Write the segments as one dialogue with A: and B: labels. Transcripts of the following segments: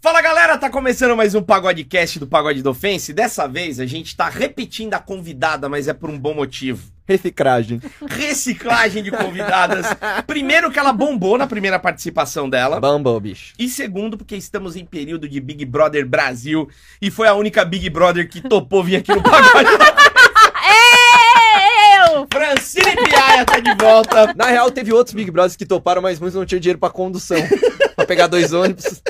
A: Fala galera, tá começando mais um Pagodecast do Pagode do Ofense. Dessa vez a gente tá repetindo a convidada, mas é por um bom motivo.
B: Reciclagem.
A: Reciclagem de convidadas. Primeiro que ela bombou na primeira participação dela.
B: Bumble, bicho.
A: E segundo, porque estamos em período de Big Brother Brasil e foi a única Big Brother que topou vir aqui no Pagode.
C: Eu!
A: Francine Piaia tá de volta.
B: Na real, teve outros Big Brothers que toparam, mas muitos não tinham dinheiro pra condução. pra pegar dois ônibus.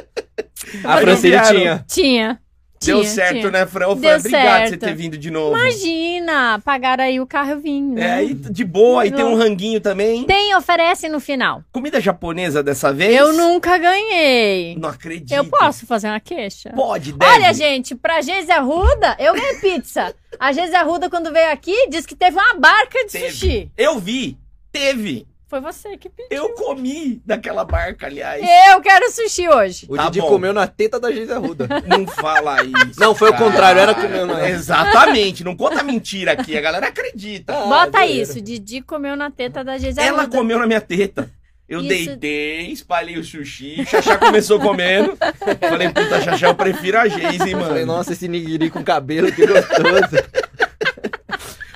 B: A
A: Mas
B: Francine
A: enviaram.
B: tinha.
C: Tinha.
A: Deu
C: Tinha,
A: certo,
C: tinha.
A: né, Fran? Ô, Fran,
C: Deu
A: obrigado por você
C: certo.
A: ter vindo de novo.
C: Imagina, pagaram aí o carro eu vim.
A: É,
C: né?
A: aí de boa, aí tem um ranguinho também.
C: Tem, oferece no final.
A: Comida japonesa dessa vez?
C: Eu nunca ganhei.
A: Não acredito.
C: Eu posso fazer uma queixa?
A: Pode, deve.
C: Olha, gente, pra Geise Arruda, eu ganhei pizza. A Geise Arruda, quando veio aqui, disse que teve uma barca de
A: Teve.
C: sushi.
A: Eu vi. Teve.
C: Foi você que pediu.
A: Eu comi daquela barca, aliás.
C: Eu quero sushi hoje.
B: O
A: Tá
B: Didi
A: bom.
B: comeu na teta da Geisa Ruda.
A: Não fala isso.
B: Não, foi o
A: cara.
B: contrário, era né? comeu na.
A: Exatamente. Não conta mentira aqui. A galera
B: Tá,
A: acredita.
C: Bota isso, Didi comeu na teta da Geise Arruda.
A: Ah, Ela comeu na minha teta. Eu
C: é Isso.
A: deitei, espalhei o sushi, Xaxá começou comendo. Falei, puta, Xaxá, eu prefiro a Geise, hein,
C: então.
B: Falei,
A: mano.
B: nossa, esse nigiri com cabelo, que gostoso.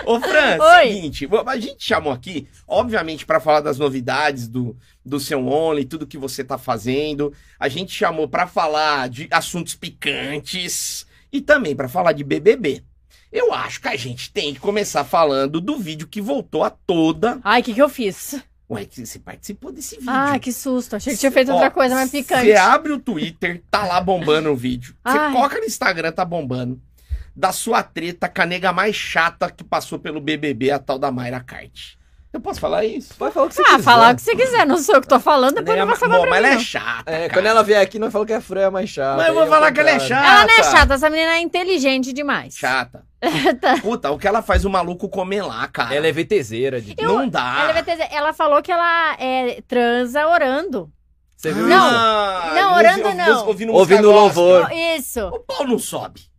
A: Ô, Fran,
C: Oi.
A: seguinte, a gente chamou aqui, obviamente, pra falar das novidades do, do seu Only, tudo que você tá fazendo. A gente chamou pra falar de assuntos picantes e também pra falar de BBB. Eu acho que a gente tem que começar falando do vídeo que voltou a toda.
C: Ai, o que, que eu fiz?
A: Ué, que você participou desse vídeo.
C: Ah, que susto. Achei que tinha feito outra coisa mais picante.
A: Você abre o Twitter, tá lá bombando o vídeo. Você
C: Ai.
A: coloca no Instagram, tá bombando. Da sua treta com a nega mais chata que passou pelo BBB, a tal da Mayra Kart. Eu posso falar isso?
B: Pode falar o que você
C: Ah,
B: quiser.
C: falar o que você quiser. Não sou eu que tô falando, depois
A: Nega-
C: não vai falar
A: Bom,
C: pra
A: mas
C: mim.
A: ela é
C: não.
A: chata.
B: É,
A: cara.
B: quando ela vier aqui, nós falamos que a Fran é mais chata.
A: Mas eu vou
B: aí
A: falar que ela é
B: contrário.
A: chata.
C: Ela não é chata, essa menina é inteligente demais.
A: Chata.
C: Tá.
A: Puta, o que ela faz o maluco comer lá, cara?
B: Ela é VTZera, Didi.
A: Não dá.
C: Ela, vai ter- ela falou que ela é transa orando.
B: Você viu
C: Não.
B: isso?
C: Não,
A: Ah, eu
C: orando
A: ouvi-
C: não.
A: Ouvindo,
B: Ouvindo
A: música
B: louvor.
A: gospel.
C: Isso.
A: O pau não sobe.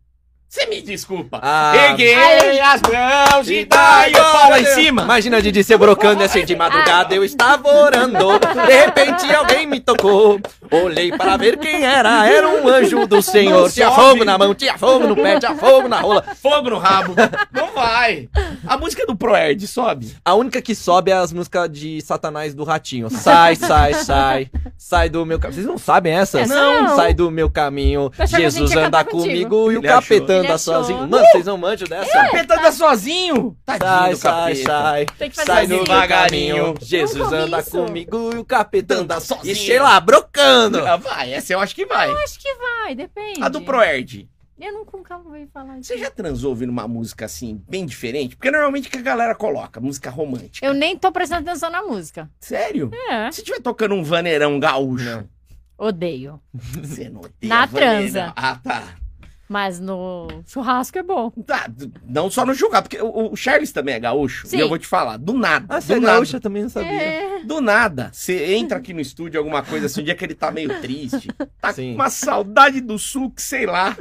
A: Você me desculpa.
B: Ah.
A: Erguei as mãos e
C: tá
B: tá
A: dai o pau lá em cima.
B: Imagina Didi se brocando assim de madrugada, eu estava orando. De repente alguém me tocou. Olhei para ver quem era, era um anjo do Senhor.
A: Não
B: Tinha
A: sobe.
B: fogo na mão, tinha fogo no pé, tinha fogo na rola.
A: Fogo no rabo. Não vai. A música é do Proerd sobe.
B: A única que sobe é as músicas de Satanás do Ratinho. Sai, sai, sai, sai do meu caminho. Vocês não sabem essas?
C: Essa não.
B: Sai do meu caminho.
C: Eu achava que a gente
B: Jesus
C: ia
B: anda
C: cantar contigo.
B: comigo e o
A: Ele achou.
B: capeta
C: Ele
B: anda
C: achou.
B: sozinho. Mano, vocês não manjam
A: É,
B: dessa?
A: Capeta anda sozinho.
B: Sai,
A: Tadinho do
B: sai,
A: capeta.
B: sai.
C: Tem que fazer
B: Sai
C: assim.
B: no vagarinho. Jesus
C: Nunca ouvi
B: anda
C: isso.
B: comigo e o capeta
A: Anda
B: anda
A: sozinho.
B: sozinho. E sei lá, brocando.
A: Ah, vai, essa eu acho que vai.
C: Acho que vai, depende.
A: A do Proerd.
C: Eu nunca, nunca ouvi falar disso.
A: Você já transou ouvindo uma música assim, bem diferente? Porque normalmente o que a galera coloca? Música romântica.
C: Eu nem tô prestando atenção na música.
A: Sério?
C: É.
A: Se tiver tocando um vaneirão gaúcho,
C: Odeio.
A: você não odeia
C: Na
A: vaneirão.
C: transa.
A: Ah, tá.
C: Mas no churrasco é bom.
A: Tá, d- não só no julgar, porque o, o Charles também é gaúcho.
C: Sim.
A: E eu vou te falar, do nada.
B: Ah,
A: do
B: você é
A: nada.
B: gaúcha também não sabia.
C: É.
A: Do nada, você entra aqui no estúdio, alguma coisa assim, um dia que ele tá meio triste, tá
B: Sim.
A: com uma saudade do sul, que sei lá.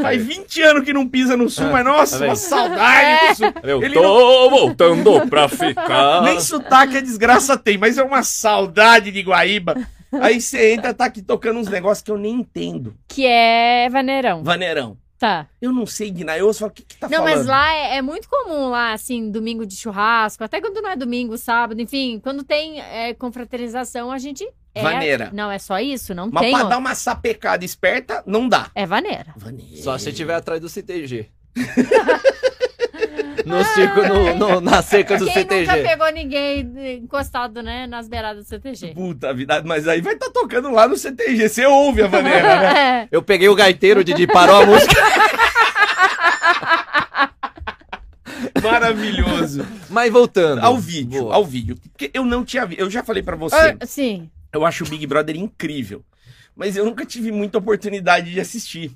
A: Faz 20 anos que não pisa no sul, mas nossa,
B: tá bem.
A: uma saudade
C: É.
A: do sul.
B: Eu
A: Ele
B: voltando pra ficar.
A: Nem sotaque a desgraça tem, mas é uma saudade de Guaíba. Aí você entra, tá aqui tocando uns negócios que eu nem entendo.
C: Que é vaneirão.
A: Vaneirão.
C: Tá.
A: Eu não sei de nada. Eu falo, o que que tá
C: Não,
A: falando?
C: mas lá é, é muito comum, lá, assim, domingo de churrasco, até quando não é domingo, sábado, enfim, quando tem é, confraternização, a gente. É,
A: Vaneira.
C: Não, é só isso, não
A: Mas
C: tem.
A: pra
C: ó.
A: dar uma sapecada esperta, não dá.
C: É vaneira.
A: Vaneira.
B: Só se tiver atrás do CTG. no circo, no, no- na cerca do
C: Quem nunca
B: CTG.
C: pegou ninguém eh, encostado, né, nas beiradas do CTG?
A: Puta vida, mas aí vai tá tocando lá no CTG. Você ouve a vaneira, né?
C: É.
B: Eu peguei o gaiteiro, o Didi parou a música.
A: Maravilhoso.
B: Mas voltando.
A: Ao vídeo,
B: Tá Boa.
A: ao vídeo. Porque eu não tinha visto. Eu já falei pra você,
C: Ah, sim.
A: eu acho o Big Brother incrível. Mas eu nunca tive muita oportunidade de assistir.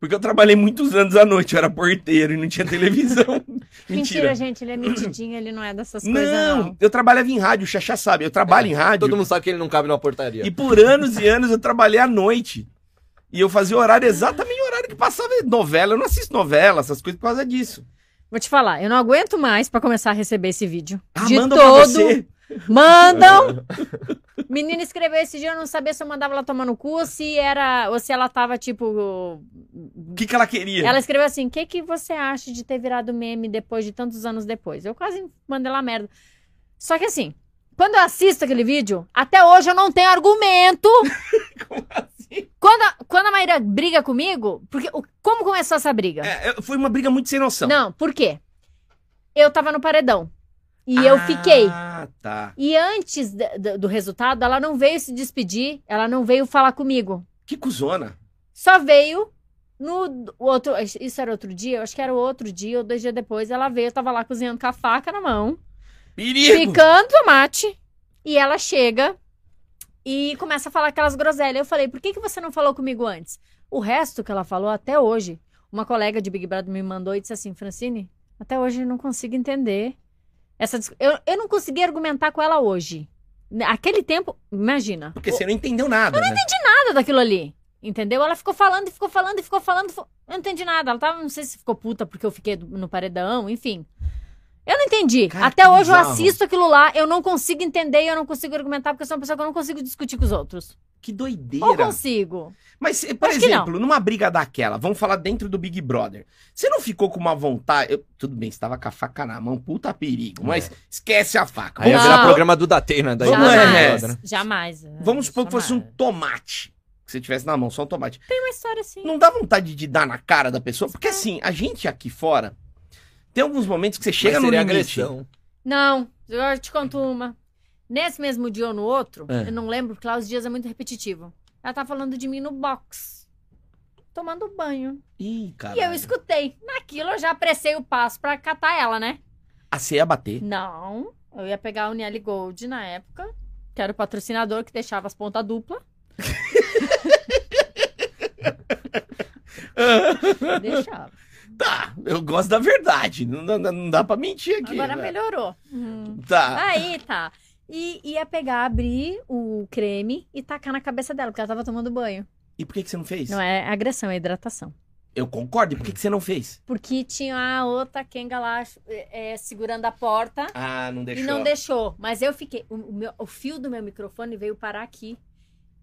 A: Porque eu trabalhei muitos anos à noite, eu era porteiro e não tinha televisão. Mentira.
C: Mentira. gente, ele é metidinho, ele não é dessas coisas,
A: não,
C: não.
A: eu trabalhava em rádio, o Xaxá sabe, eu trabalho em rádio.
B: Todo mundo sabe que ele não cabe numa portaria.
A: E por anos e anos eu trabalhei à noite. E eu fazia horário exatamente o horário que passava novela. Eu não assisto novela, essas coisas por causa disso.
C: Vou te falar, eu não aguento mais pra começar a receber esse vídeo.
A: Ah,
C: de
A: mandam pra
C: todo.
A: você.
C: Mandam! Menina escreveu esse dia, eu não sabia se eu mandava ela tomar no cu ou se era. ou se ela tava, tipo.
A: O que, que ela queria?
C: Ela escreveu assim: o que, que você acha de ter virado meme depois de tantos anos depois? Eu quase mandei lá merda. Só que assim, quando eu assisto aquele vídeo, até hoje eu não tenho argumento.
A: Como assim?
C: Quando a, quando a Maíra briga comigo, porque o- como começou essa briga?
A: É, é, foi uma briga muito sem noção.
C: Não, por quê? Eu tava no paredão. E eu fiquei.
A: Ah, tá.
C: E antes d- d- do resultado, ela não veio se despedir, ela não veio falar comigo.
A: Que cuzona.
C: Só veio no d- o outro. Isso era outro dia? Eu acho que era o outro dia ou dois dias depois. Ela veio, eu tava lá cozinhando com a faca na mão,
A: Perigo.
C: picando tomate. E ela chega e começa a falar aquelas groselhas. Eu falei, por que, que você não falou comigo antes? O resto que ela falou até hoje. Uma colega de Big Brother me mandou e disse assim: Francine, até hoje eu não consigo entender. Essa dis- eu, eu não consegui argumentar com ela hoje. Naquele tempo, imagina.
A: Porque você não entendeu nada. né?
C: nada daquilo ali. Entendeu? Ela ficou falando e ficou falando e ficou falando. fo- Eu não entendi nada. Ela tava, não sei se ficou puta porque eu fiquei do- no paredão, enfim. Eu não entendi.
A: Cara,
C: Até
A: que
C: hoje eu
A: bizarro.
C: assisto aquilo lá, eu não consigo entender e eu não consigo argumentar porque eu sou uma pessoa que eu não consigo discutir com os outros.
A: Que
C: Ou
A: doideira.
C: consigo.
A: Mas, eh, por
C: Acho que
A: exemplo, numa briga daquela, vamos falar dentro do Big Brother. Você não ficou com uma vontade. eu- tudo bem, você tava com a faca na mão, puta perigo. Mas esquece a faca.
B: É. Aí ia
C: Não.
B: virar programa do Datena. Daí
A: Vamos,
B: Big
A: é.
B: Brother, né?
C: Jamais.
A: Vamos supor que fosse um
C: Jamais.
A: tomate. Que você tivesse na mão, só um tomate.
C: Tem uma história assim.
A: Não dá vontade de dar na cara da pessoa? Porque assim, a gente aqui fora. Tem alguns momentos que você chega
B: Mas
A: no
B: seria
A: limite.
B: agressão.
C: Não, eu te conto uma. Nesse mesmo dia ou no outro,
B: É.
C: eu não lembro, porque lá os dias é muito repetitivo. Ela tá falando de mim no box. Tomando banho.
A: Ih,
C: E eu
A: cara.
C: escutei. Naquilo eu já apressei o passo pra catar ela, né?
A: A Ah, você ia bater.
C: Não, eu ia pegar o Nelly Gold na época, que era o patrocinador que deixava as pontas dupla. deixava.
A: Tá, eu gosto da verdade. Não, dá- não dá pra mentir aqui.
C: Agora
A: né?
C: melhorou. Uhum.
A: Tá.
C: Aí tá. E ia pegar, abrir o creme e tacar na cabeça dela, porque ela tava tomando banho.
A: E por que, que você não fez?
C: Não é agressão, é hidratação.
A: Eu concordo. E por que, que você não fez?
C: Porque tinha a outra Kenga lá é, é, segurando a porta.
A: Ah, não deixou.
C: E não deixou. Mas eu fiquei. O, o meu- o fio do meu microfone veio parar aqui.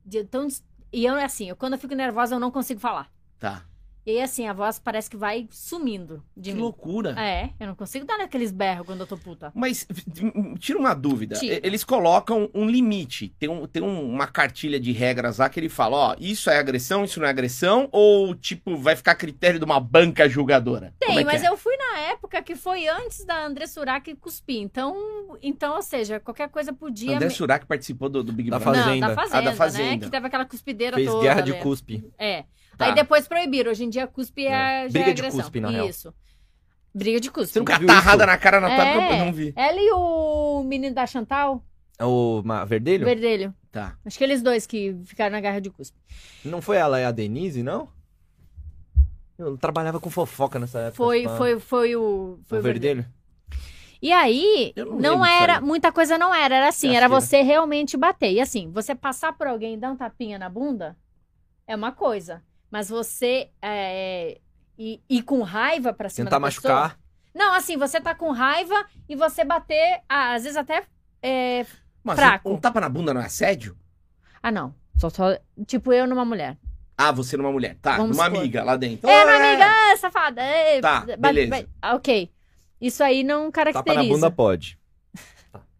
C: De tão dis- e eu, assim, eu, quando eu fico nervosa, eu não consigo falar.
A: Tá.
C: E aí, assim, a voz parece que vai sumindo de
A: Que
C: mim.
A: loucura.
C: É, eu não consigo dar aqueles berros quando eu tô puta.
A: Mas f- m- tira uma dúvida.
C: Tira.
A: E- Eles colocam um limite. Tem, um, tem um- uma cartilha de regras lá que ele fala, ó, isso é agressão, isso não é agressão, ou tipo, vai ficar a critério de uma banca julgadora.
C: Tem,
A: Como é que
C: mas
A: é?
C: eu fui na época que foi antes da André Surak cuspir. Então, então, ou seja, qualquer coisa podia.
A: André
C: me-
A: Surak participou do, do Big
B: Da
A: Brother.
C: Não, da
B: Fazenda.
C: fazenda,
A: Ah, da
C: né?
A: Fazenda.
C: Que teve aquela cuspideira
B: Fez
C: toda.
B: guerra de
C: né?
B: cuspe.
C: É.
A: Tá.
C: Aí depois proibiram. Hoje em dia, cuspe é,
B: É.
C: já é
B: Briga de
C: agressão.
B: cuspe, na real.
C: Isso. Briga de cuspe.
A: Você nunca
B: viu
A: tarrada
B: isso?
A: na cara na
C: É.
A: tua eu não vi.
C: Ela e o menino da Chantal,
B: É O ma- verdelho?
C: Verdelho.
A: Tá.
C: Acho que eles dois que ficaram na garra de cuspe.
B: Não foi ela, é a Denise, não? Eu trabalhava com fofoca nessa época. tipo, um
C: Foi,
B: pá.
C: foi, foi o. Foi
B: Tá o verdelho?
C: E aí,
A: Eu não
C: não,
A: lembro disso
C: era.
A: aí.
C: Muita coisa não era. Era assim, era
B: Fiasqueira.
C: você realmente bater. E assim, você passar por alguém e dar um tapinha na bunda é uma coisa. Mas você. É, ir, ir com raiva pra cima
B: Tentar
C: da pessoa-
B: machucar.
C: Não, assim, você tá com raiva e você bater. ah, às vezes até. é,
A: Mas
C: Fraco.
A: um, um tapa na bunda não é assédio?
C: Ah, não. Só, só, tipo, eu numa mulher.
A: Ah, você numa mulher. Tá,
C: Vamos
A: numa
C: supor.
A: amiga lá dentro.
C: É,
A: Ah,
C: minha amiga, é, safada. É,
A: Tá,
C: ba-
A: beleza.
C: ba- ah, ok. Isso aí não
B: Tapa na
C: caracteriza.
B: bunda pode.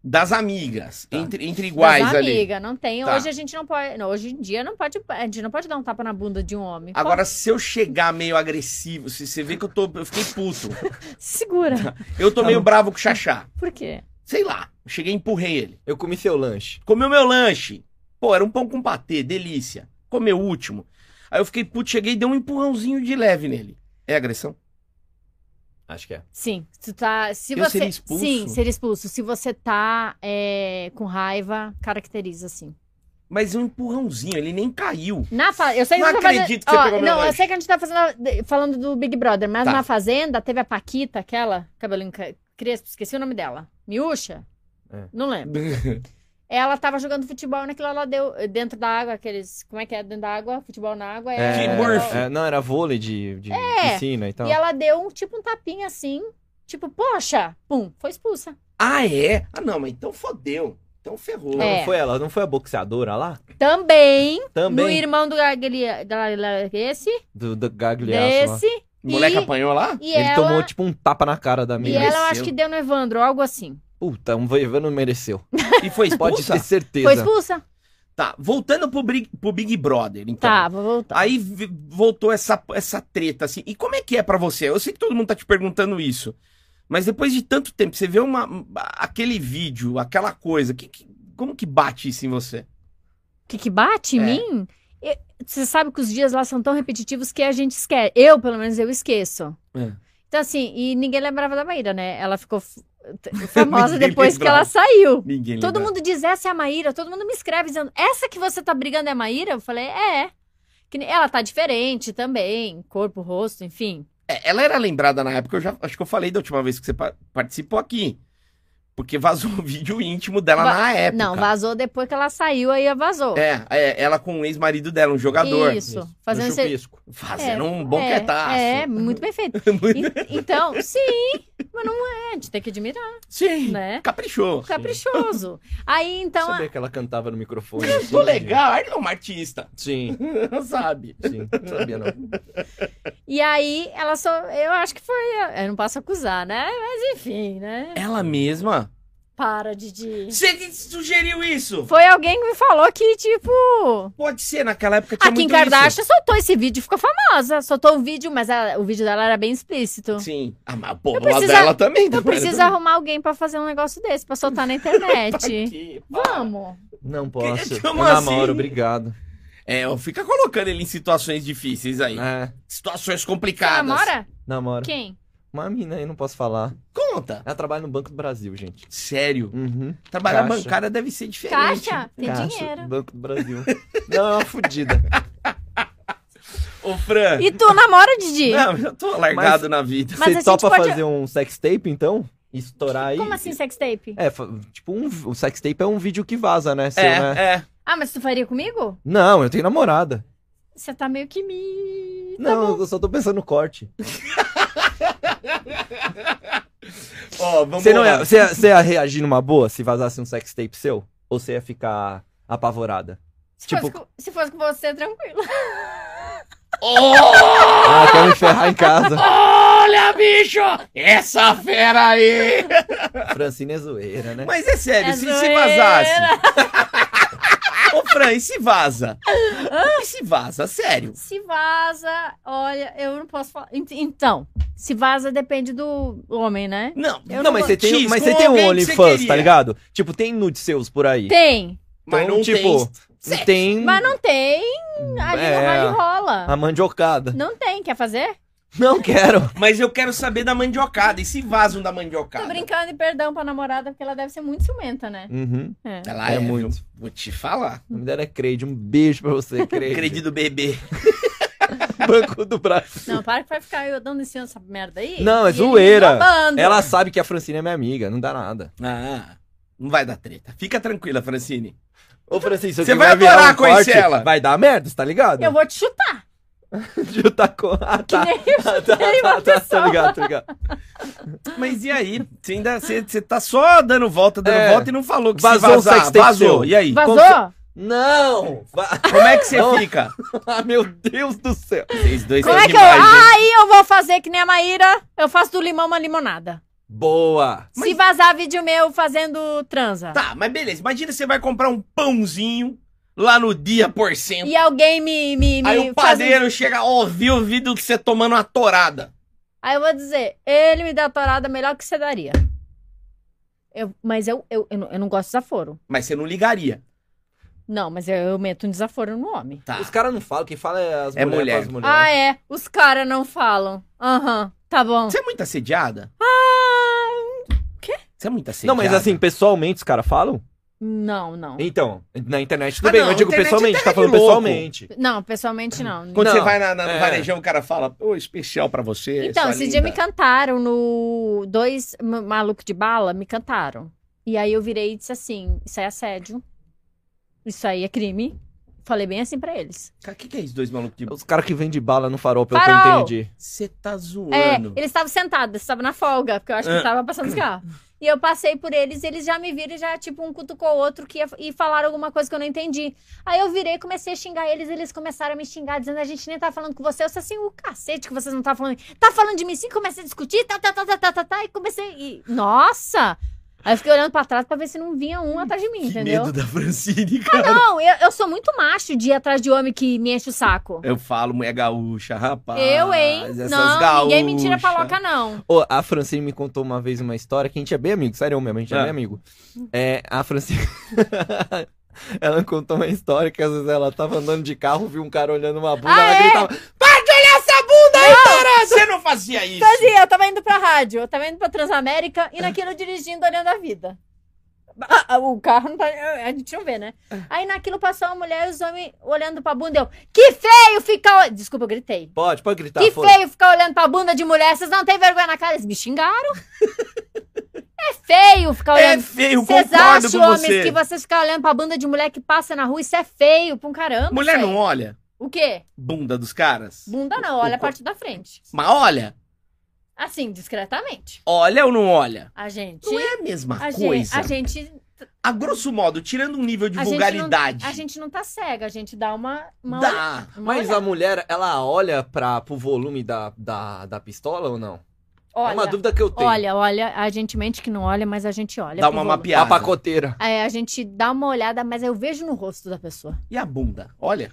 A: Das amigas.
B: Tá.
A: Entre, entre
C: Mas
A: iguais ali.
C: amiga, não tem.
A: Tá.
C: Hoje a gente não pode. não, hoje em dia não pode. A gente não pode dar um tapa na bunda de um homem.
A: Agora, se eu chegar meio agressivo, se você vê que eu tô. Eu fiquei puto.
C: Pô, segura.
A: Eu tô meio bravo com o Xaxá.
C: Por quê?
A: Sei lá. eu Cheguei e empurrei ele.
B: Eu comi seu lanche.
A: Comeu meu lanche. Pô, era um pão com patê, delícia. Comeu o último. Aí eu fiquei puto, cheguei e dei um empurrãozinho de leve nele. É agressão?
B: Acho que é.
C: Sim. Se, tu tá, se
A: Eu
C: você.
A: seria expulso?
C: Sim, ser expulso. Se você tá é, com raiva, caracteriza sim.
A: Mas um empurrãozinho, ele nem caiu.
C: Na fa... Eu sei
A: Não
C: que eu tô fazendo-
A: acredito que você
C: Ó,
A: pegou meu
C: Não, eu
A: lanche.
C: sei que a gente tá fazendo- falando do Big Brother, mas
A: Tá.
C: na Fazenda teve a Paquita, aquela, cabelinho ca- crespo, esqueci o nome dela. Miúcha?
B: É.
C: Não lembro. Ela tava jogando futebol naquilo, ela deu eh, dentro da água, aqueles. Como é que é? Dentro da água, futebol na água. ela-
A: Tim Murphy.
B: é, não, era vôlei de, de piscina e
A: então.
B: tal.
C: É. E ela deu um tipo um tapinha assim, tipo, poxa! Pum, foi expulsa.
A: ah, é? Ah, não, mas então fodeu. Então ferrou.
C: É.
B: Não foi ela? Não foi a boxeadora lá?
C: Também, no
B: Também.
C: irmão do Gaglia, da- da- esse,
B: Do, do Gagliasso lá.
C: desse,
A: O moleque
C: E-
A: apanhou lá?
C: e
B: Ele
C: ela...
B: tomou tipo um tapa na cara da
C: E
B: mina.
A: Mereceu.
C: ela eu acho que deu no Evandro, algo assim.
B: Puta, um voivano mereceu.
A: E foi
B: Pode
A: expulsa?
B: ter certeza.
C: Foi expulsa?
A: Tá, voltando pro Big, pro Big Brother, então.
C: Tá, vou voltar.
A: Aí vi- voltou essa, essa treta, assim. E como é que é pra você? Eu sei que todo mundo tá te perguntando isso. Mas depois de tanto tempo, você vê uma, aquele vídeo, aquela coisa, que- que- como que bate isso em você?
C: O que, que bate em
A: É.
C: mim? Eu- Você sabe que os dias lá são tão repetitivos que a gente esquece. Eu, pelo menos, eu esqueço.
A: É.
C: Então, assim, e ninguém lembrava da Maíra, né? Ela ficou f- t- famosa
A: Ninguém
C: depois que
A: lembrava.
C: ela saiu.
A: Ninguém
C: Todo
A: lembra.
C: mundo diz, essa é a Maíra. Todo mundo me escreve dizendo, essa que você tá brigando é a Maíra? Eu falei, é. Que nem- ela tá diferente também. Corpo, rosto, enfim.
A: É, Ela era lembrada na época, eu já acho que eu falei da última vez que você pa- participou aqui. Porque vazou um vídeo íntimo dela
C: Va-
A: na época.
C: Não, vazou depois que ela saiu, aí vazou.
A: É, é, ela com o ex-marido dela, um jogador.
C: Isso.
B: Isso.
C: Fazendo
B: No
C: esse-
B: chupisco.
A: Fazendo
C: É,
A: um bom
C: é,
A: cretaço.
C: É, muito bem feito. E- então, sim, mas não é. A gente tem que admirar,
A: Sim,
C: né?
A: caprichou.
C: Caprichoso. Aí, então,
B: Sabia que ela cantava no microfone.
A: Eu
B: assim?
A: sou legal, ela é uma artista.
B: Sim,
A: Sabe?
B: sim. Não sabia não.
C: e aí ela só. Eu acho que foi. Eu não posso acusar, né? Mas enfim, né?
A: Ela mesma?
C: Para, Didi.
A: Você que sugeriu isso?
C: Foi alguém que me falou que, tipo.
A: Pode ser, naquela época tinha
C: A Ah, Kim
A: muito
C: Kardashian soltou esse vídeo e ficou famosa. Soltou o vídeo, mas a- o vídeo dela era bem explícito.
A: isso. Sim. Ah, mas pô,
C: Eu
A: lá
C: preciso-
A: dela também. né?
C: Então precisa arrumar um alguém pra fazer um negócio desse, pra soltar na
A: Tá
C: internet. Vamos.
B: Não posso.
A: Como
B: Eu namoro,
A: assim?
B: obrigado.
A: É, eu fica colocando ele em situações difíceis aí.
B: É,
A: Situações
C: Você
A: complicadas.
C: namora?
B: namoro.
C: Quem?
B: Uma mina aí, não posso falar.
A: Conta.
B: Ela trabalha no Banco do Brasil, gente.
A: Sério.
B: Uhum.
A: Trabalhar
B: Caixa.
A: bancária deve ser diferente.
C: Caixa? Tem
B: Caixa,
C: dinheiro.
B: Banco do Brasil. Não, é uma fodida.
A: Ô, Fran.
C: E tu namora, Didi?
A: Não, eu tô largado na vida.
C: Mas a
B: Você
C: gente
B: topa
C: pode-
B: fazer um sextape, então? E Estourar aí.
C: Como assim, sextape?
B: É, fa- tipo, um, o sextape é um vídeo que vaza, né? Seu, né?
A: É, é.
C: Ah, mas tu faria comigo?
B: Não, eu tenho namorada.
C: Você tá meio que me.
B: Não, eu só tô pensando no corte.
A: Então Ó, vamos
B: Você não é-
A: lá.
B: ia, você ia- você ia reagir numa boa se vazasse um sextape seu? Ou você ia ficar apavorada?
C: Se,
B: Tipo-
C: fosse com, se fosse com você, tranquilo.
A: Ó,
B: Ah, quer me ferrar em casa.
A: Olha, bicho! Essa fera aí!
B: Francine é zoeira, né?
A: Mas é sério,
C: É
A: se, se
C: zoeira.
A: vazasse. Ô, Fran, e se vaza? E se vaza, sério.
C: Se vaza, olha, eu não posso falar. Ent- Então, se vaza depende do homem, né?
A: Não,
C: Eu
B: não,
C: não
B: mas
C: vou-
B: você tem,
A: X,
B: mas
A: com
B: você tem um
A: alguém que você
B: OnlyFans,
A: queria.
B: tá ligado? Tipo, tem nudes seus por aí.
C: Tem,
A: mas
B: Então,
A: não
B: tipo,
A: tem.
B: Não tem
C: mas não tem. Ali
B: É.
C: não vale rola.
B: a mandiocada.
C: Não tem, quer fazer?
B: Não quero.
A: Mas eu quero saber da mandiocada. E se vaza um da
C: Tô
A: mandiocada?
C: brincando e perdão pra namorada, porque ela deve ser muito ciumenta, né?
B: Uhum.
C: É.
A: Ela
B: É
A: é,
B: muito.
A: viu? Vou te falar.
B: O nome dela é Creide. Um beijo pra você, Creide.
A: Acredito bebê.
B: Banco do Brasil.
C: Não, para que vai ficar eu dando ensino essa merda aí.
B: Não, é
C: E ele me
B: zoeira.
C: babando.
B: Ela sabe que a Francine é minha amiga, não dá nada.
A: Ah, não vai dar treta. Fica tranquila, Francine.
B: Ô, Francine, se eu
A: Você
B: quiser
A: vai adorar
B: virar um
A: conhecer
B: corte,
A: ela.
B: Vai dar merda, você tá ligado?
C: Eu vou te chutar,
B: Juntar com... Ah,
C: que
B: tá.
C: nem eu
B: Ah, tá,
C: chutei
B: tá,
C: uma
B: tá,
C: pessoa.
B: tá ligado, tá ligado.
A: Mas e aí? Você ainda você, você tá só dando volta, dando
B: É.
A: volta e não falou que
B: Vazou
A: se
B: um
A: vazar.
B: sextape seu.
A: vazou. E aí?
C: Vazou?
B: Como Não! Va-
A: Como é que você
B: Não.
A: fica?
B: Ah, meu Deus do céu.
A: Vocês dois
C: Como
A: são
C: é que eu.
A: demais, hein?
C: Aí eu vou fazer que nem a Maíra, eu faço do limão uma limonada.
B: Boa.
C: Se vazar vídeo meu fazendo transa.
A: Tá, mas beleza. Imagina você vai comprar um pãozinho lá no dia por cento.
C: E alguém me. me, me
A: Aí o
C: faz um-
A: padeiro chega, ouviu o vídeo que você tomando uma torada.
C: Aí eu vou dizer, ele me dá a torada melhor que você daria. Eu, mas eu, eu, eu, não, eu não gosto de desaforo.
A: Mas você não ligaria.
C: Não, mas eu, eu meto um desaforo no homem.
A: Tá.
B: Os caras não falam, quem fala é as
A: É
B: mulheres
A: mulher.
B: com as mulheres.
C: Ah, é. Os caras não falam. Aham, tá bom.
A: Você é muito assediada?
C: Ah,
A: Você é muito assediada?
B: Não, mas assim, pessoalmente os caras falam?
C: não, não.
B: Então, na internet tudo
A: Ah,
B: bem,
A: não,
B: mas eu digo
A: internet
B: pessoalmente,
A: é
B: tá falando
A: louco.
B: pessoalmente.
C: Não, pessoalmente não.
A: Quando você
B: Não,
A: vai na, na, no
B: é.
A: varejão, o cara fala, ô, especial pra você.
C: Então,
A: sua
C: esse dia
A: linda."
C: me cantaram no. Dois ma- maluco de bala me cantaram. E aí eu virei e disse assim: Isso aí é assédio. Isso aí é crime. Falei bem assim pra eles.
A: Cara, o que, que é isso, dois malucos? de-
B: Os caras que vendem bala no farol, pelo que eu
C: Farol!
B: entendi.
A: Você tá
C: É,
A: zoando.
C: eles estavam sentados, eles estavam na folga, porque eu acho que
D: É.
A: Ah.
C: eu tava passando os carros. E eu passei por eles, eles já me viram e já, tipo, um cutucou o outro que ia- e falaram alguma coisa que eu não entendi. Aí eu virei, comecei a xingar eles, eles começaram a me xingar, dizendo a gente nem tá falando com você. Eu disse assim, o cacete que vocês não tá falando. Tá falando de mim sim, comecei a discutir, tá, tá, tá, tá, tá, tá, tá, e comecei. E, nossa! Aí eu fiquei olhando pra trás pra ver se não vinha um atrás de mim,
D: Que
C: entendeu? Ah,
D: medo da Francine, cara.
C: Não, eu, eu sou muito macho de ir atrás de homem que me enche o saco.
A: Eu falo, mulher gaúcha,
D: Ah,
A: rapaz.
C: eu, hein?
A: essas
C: Não, ninguém me tira
A: gaúcha.
C: paloca, não.
B: Ô, a Francine me contou uma vez uma história que a gente é bem amigo, sério mesmo, a gente é,
A: Ah.
B: bem amigo. É, a Francine. ela contou uma história que às vezes ela tava andando de carro, viu um cara olhando uma bunda,
C: Ah,
B: ela
C: é?
B: gritava:
A: Você não fazia isso.
C: Fazia, eu tava indo pra rádio, eu tava indo pra Transamérica e naquilo dirigindo, olhando a vida. Ah, ah, O carro não tá. A gente não vê, né?
A: É.
C: Aí naquilo passou uma mulher e os homens olhando pra bunda. Eu, que feio ficar. ol-" Desculpa, eu gritei.
B: Pode, pode
A: Tá,
B: gritar,
C: que
B: foda-se."
C: feio ficar olhando pra bunda de mulher. Vocês não têm vergonha na cara? Eles me xingaram. é feio ficar
A: É
C: olhando.
A: feio,
C: Vocês
A: concordo
C: acham,
A: com
C: homens,
A: você.
C: que vocês ficam olhando pra bunda de mulher que passa na rua? Isso é feio pra um caramba.
A: Mulher
C: isso
A: não
C: aí.
A: olha
C: O quê?
A: bunda dos caras?
C: Bunda não,
A: O-
C: olha
A: o-
C: a parte da frente.
A: Mas olha,
C: Assim, discretamente.
A: olha ou não olha?
C: A gente.
A: Não é a mesma
C: A gente,
A: coisa.
C: a gente,
A: A grosso modo, tirando um nível de
C: A gente não-
A: vulgaridade.
C: a gente é- não tá cega, a gente dá uma. uma
A: Dá.
C: olha- uma
B: Mas
C: olha-
B: a mulher, ela olha pra, pro volume da, da, da pistola ou não?
C: olha,
B: é uma dúvida que eu tenho.
C: olha, olha, a gente mente que não olha, mas a gente olha.
A: Dá
C: pro
A: uma
C: volume.
B: a
A: mapeada.
B: pacoteira.
C: É, a gente dá uma olhada, mas eu vejo no rosto da pessoa.
A: E a bunda? Olha.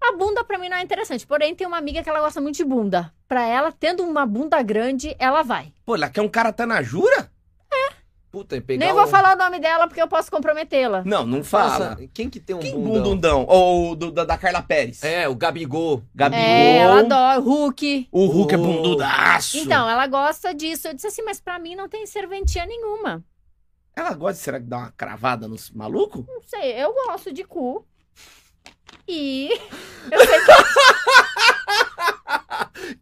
C: A bunda pra mim não é interessante, porém tem uma amiga que ela gosta muito de bunda. Pra ela, tendo uma bunda grande, ela vai.
A: Pô, lá que é um cara tá na jura?
B: Puta, e pegar
C: Nem vou
B: um-
C: falar o nome dela porque eu posso comprometê-la.
A: Não, não
B: Nossa,
A: fala.
B: quem que tem um
A: que
B: bundão?
A: bundundão? Ou do- da, da Carla Pérez.
B: É, o Gabigol.
A: Gabigol.
C: É, ela adora, Hulk.
A: O Hulk é
B: Oh.
A: bundudaço.
C: Então, ela gosta disso. Eu disse assim, mas pra mim não tem serventia nenhuma.
A: Ela gosta, de- será que dá uma cravada nos maluco?
C: Não sei, eu gosto de cu. E.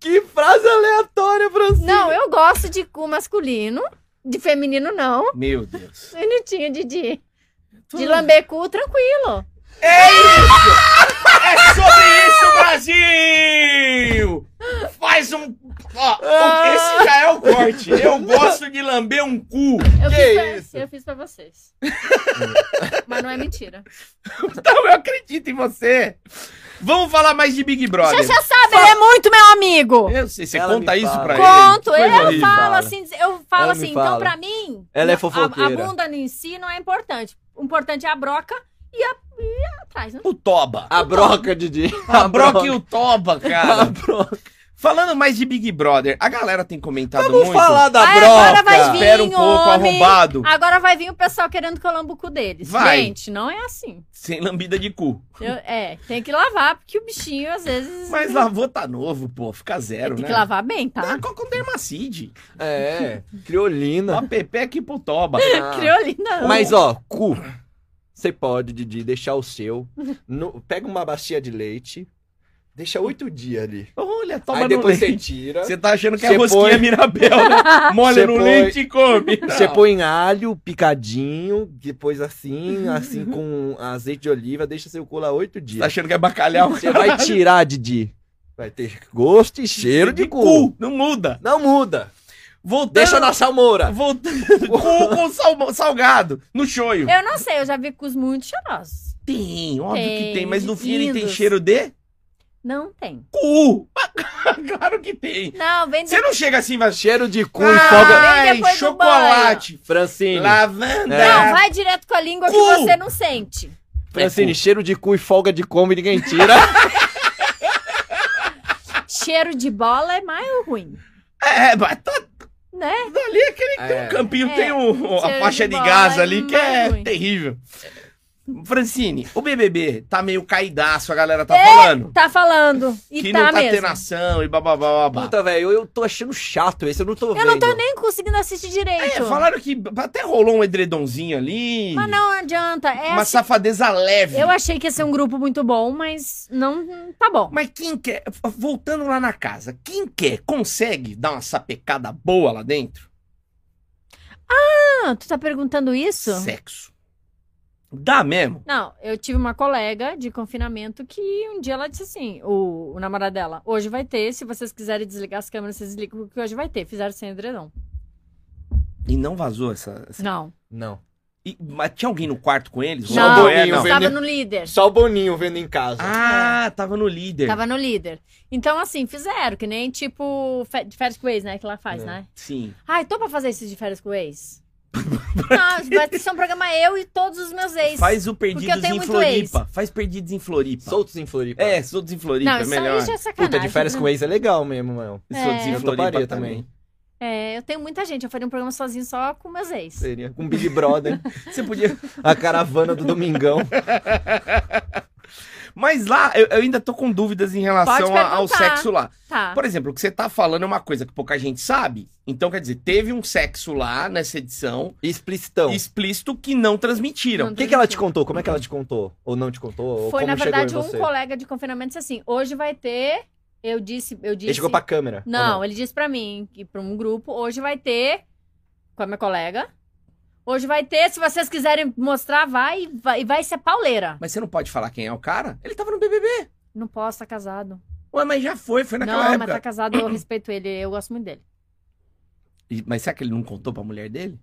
B: Que frase aleatória, Francisco.
C: Não, eu gosto de cu masculino. De feminino, não.
A: Meu Deus.
C: Minutinho, Didi. De lamber cu, tranquilo.
A: É sobre isso, Brasil! Faz um. Ó,
B: Ah!
A: Esse já é o corte. Eu gosto de lamber um cu.
C: Eu,
B: Que
C: fiz, pra,
B: isso?
C: eu fiz pra vocês. Mas não é mentira.
A: Então eu acredito em você. Vamos falar mais de Big
C: Você
A: Brother.
C: já sabe, ele é muito meu amigo.
A: Eu sei, você
B: Ela
A: conta
B: me
A: isso
B: fala.
A: pra ele.
C: Conto, eu
B: Coisa
C: falo
B: horrível. Fala.
C: assim, eu falo
B: Ela me
C: assim,
B: fala.
C: então pra mim.
B: Ela é
C: a- A,
B: fofoqueira.
C: bunda em si não é importante. O importante é a broca e a, e a atrás, né?
A: O Toba.
B: A broca, Didi.
A: A Broca e o Toba,
B: A
A: cara.
B: broca.
A: Falando mais de Big Brother, a galera tem comentado
B: Vamos
A: muito.
B: falar da
C: Vai,
B: broca.
C: agora vai vir.
A: Espera um pouco,
C: homem.
A: arrombado.
C: Agora vai vir o pessoal querendo que eu lamba o cu deles.
A: Vai.
C: Gente, não é assim.
A: Sem lambida de cu.
C: Eu- é, tem que lavar, porque o bichinho às vezes
A: Mas lavou tá novo, pô. Fica zero,
C: tem
A: né?
C: que lavar bem, tá?
A: Ah, com com dermacide.
B: É, Ah. criolina.
A: Uma pepeca e pro Toba.
C: Criolina.
B: Mas, ó, cu. Você pode, Didi, deixar o seu. No- pega uma bacia de leite. Deixa oito dias ali.
A: Olha, Toba
B: Aí
A: no
B: depois você
A: leite.
B: tira.
A: Você tá achando que é
B: Cê
A: rosquinha
B: põe-
A: Mirabel, né? Molha
B: Cê
A: no
B: põe-
A: leite e come.
B: Você
A: Não.
B: põe alho picadinho, depois assim, assim com azeite de oliva, deixa seu cu lá oito
A: Tá
B: dias.
A: achando que é bacalhau?
B: Você vai tirar, Didi. Vai ter gosto e cheiro de cu.
A: Não muda.
B: Não muda.
A: Voltando.
B: Deixa na salmoura.
A: Voltando. cu com sal- salgado. No shoyu.
C: Eu não sei, eu já vi cus muito cheirosos.
A: Tem, óbvio que
C: Tem,
A: tem. Mas no fim ele tem
C: lindos.
A: cheiro de
C: Não tem.
A: cu. claro que tem.
C: Não, vem
A: Você
C: de...
A: não chega assim e vai...
B: Cheiro de cu e folga.
C: Vem
A: Ai,
C: depois do
A: chocolate.
B: Ah! Francine,
A: Lavanda.
C: Não, vai direto com a língua que
A: Cu!
C: você não sente.
B: Francine,
A: É cu.
B: cheiro de cu e folga de combo e ninguém tira.
C: Cheiro de bola é mais ruim,
A: É, mas tá
C: né?
A: ali aquele
B: É.
A: campinho,
C: É.
A: tem um- a
C: Cheiro
A: faixa
C: de
A: de
C: bola
A: gás
C: é
A: ali que é
C: mais ruim.
A: terrível. Francine, o BBB tá meio caidaço, a galera tá falando.
C: Tá falando. E
A: que
C: tá,
A: não tá
C: mesmo.
A: tendo ação e bababá. babá.
B: Puta, velho, eu tô achando chato esse, eu não tô vendo.
C: Eu não tô nem conseguindo assistir
A: É,
C: direito.
A: falaram que até rolou um edredomzinho ali.
C: Mas não adianta. É
A: uma
C: assim-
A: safadeza leve.
C: Eu achei que ia ser um grupo muito bom, mas não tá bom.
A: Mas quem quer. Voltando lá na casa, quem quer consegue dar uma sapecada boa lá dentro?
C: Ah, tu tá perguntando isso?
A: Sexo. Dá mesmo?
C: Não, eu tive uma colega de confinamento que um dia ela disse assim, o, o namorado dela, hoje vai ter, se vocês quiserem desligar as câmeras, vocês desligam, porque hoje vai ter. Fizeram sem edredom.
A: E não vazou essa. essa-
C: Não.
B: Não.
A: E- mas tinha alguém no quarto com eles? é,
C: Não,
A: Só o Boninho,
B: não.
A: velho.
C: Estava no líder.
B: É Só o Boninho vendo em casa.
A: Ah, tava no líder.
C: É. Tava no líder. Então, assim, fizeram, que nem tipo fe- de férias com o ex, né? Que lá faz,
B: É.
C: né?
A: Sim.
C: Ai, tô pra fazer isso de férias com o ex? Não, vai ser um programa eu e todos os meus ex.
A: Faz o
C: eu
A: Perdidos
C: tenho
A: em
C: muito
A: Floripa. Faz Perdidos em Floripa.
B: Soltos em Floripa.
A: É, Soltos em Floripa,
C: Não,
A: é
C: isso
A: melhor.
C: aí já é sacanagem.
B: Puta, de férias
C: né?
B: com ex é legal mesmo, mano.
A: Soltos
C: É.
A: em
B: Eu
A: Floripa
B: toparia
A: também.
B: também.
C: É, eu tenho muita gente. Eu faria um programa sozinho só com meus ex.
B: Seria. Com Big Brother.
A: Você podia.
B: a caravana do Domingão.
A: Mas lá, eu, eu ainda tô com dúvidas em relação
C: Pode
A: a- ao
C: perguntar.
A: sexo lá.
C: Tá.
A: Por exemplo, o que você tá falando é uma coisa que pouca gente sabe. Então, quer dizer, teve um sexo lá nessa edição
B: Explicitão.
A: explícito que não transmitiram.
C: Não
B: O que, que ela te contou? Como é que ela te contou? Ou não te contou? Ou
C: Foi,
B: como
C: na verdade,
B: chegou
C: um
B: em você?
C: colega de confinamento disse assim: hoje vai ter. Eu disse. Eu disse
B: Ele chegou pra câmera. Ah, ou
C: Não, ele disse pra mim, e pra um grupo, hoje vai ter com a minha colega. Hoje vai ter, se vocês quiserem mostrar, vai e vai, e vai ser pauleira.
A: Mas você não pode falar quem é o cara? Ele tava no BBB.
C: Não posso, tá casado.
A: Ué, mas já foi, foi naquela
C: não, mas
A: época.
C: tá casado, eu respeito ele, eu gosto muito dele.
A: E- Mas será que ele não contou pra mulher dele?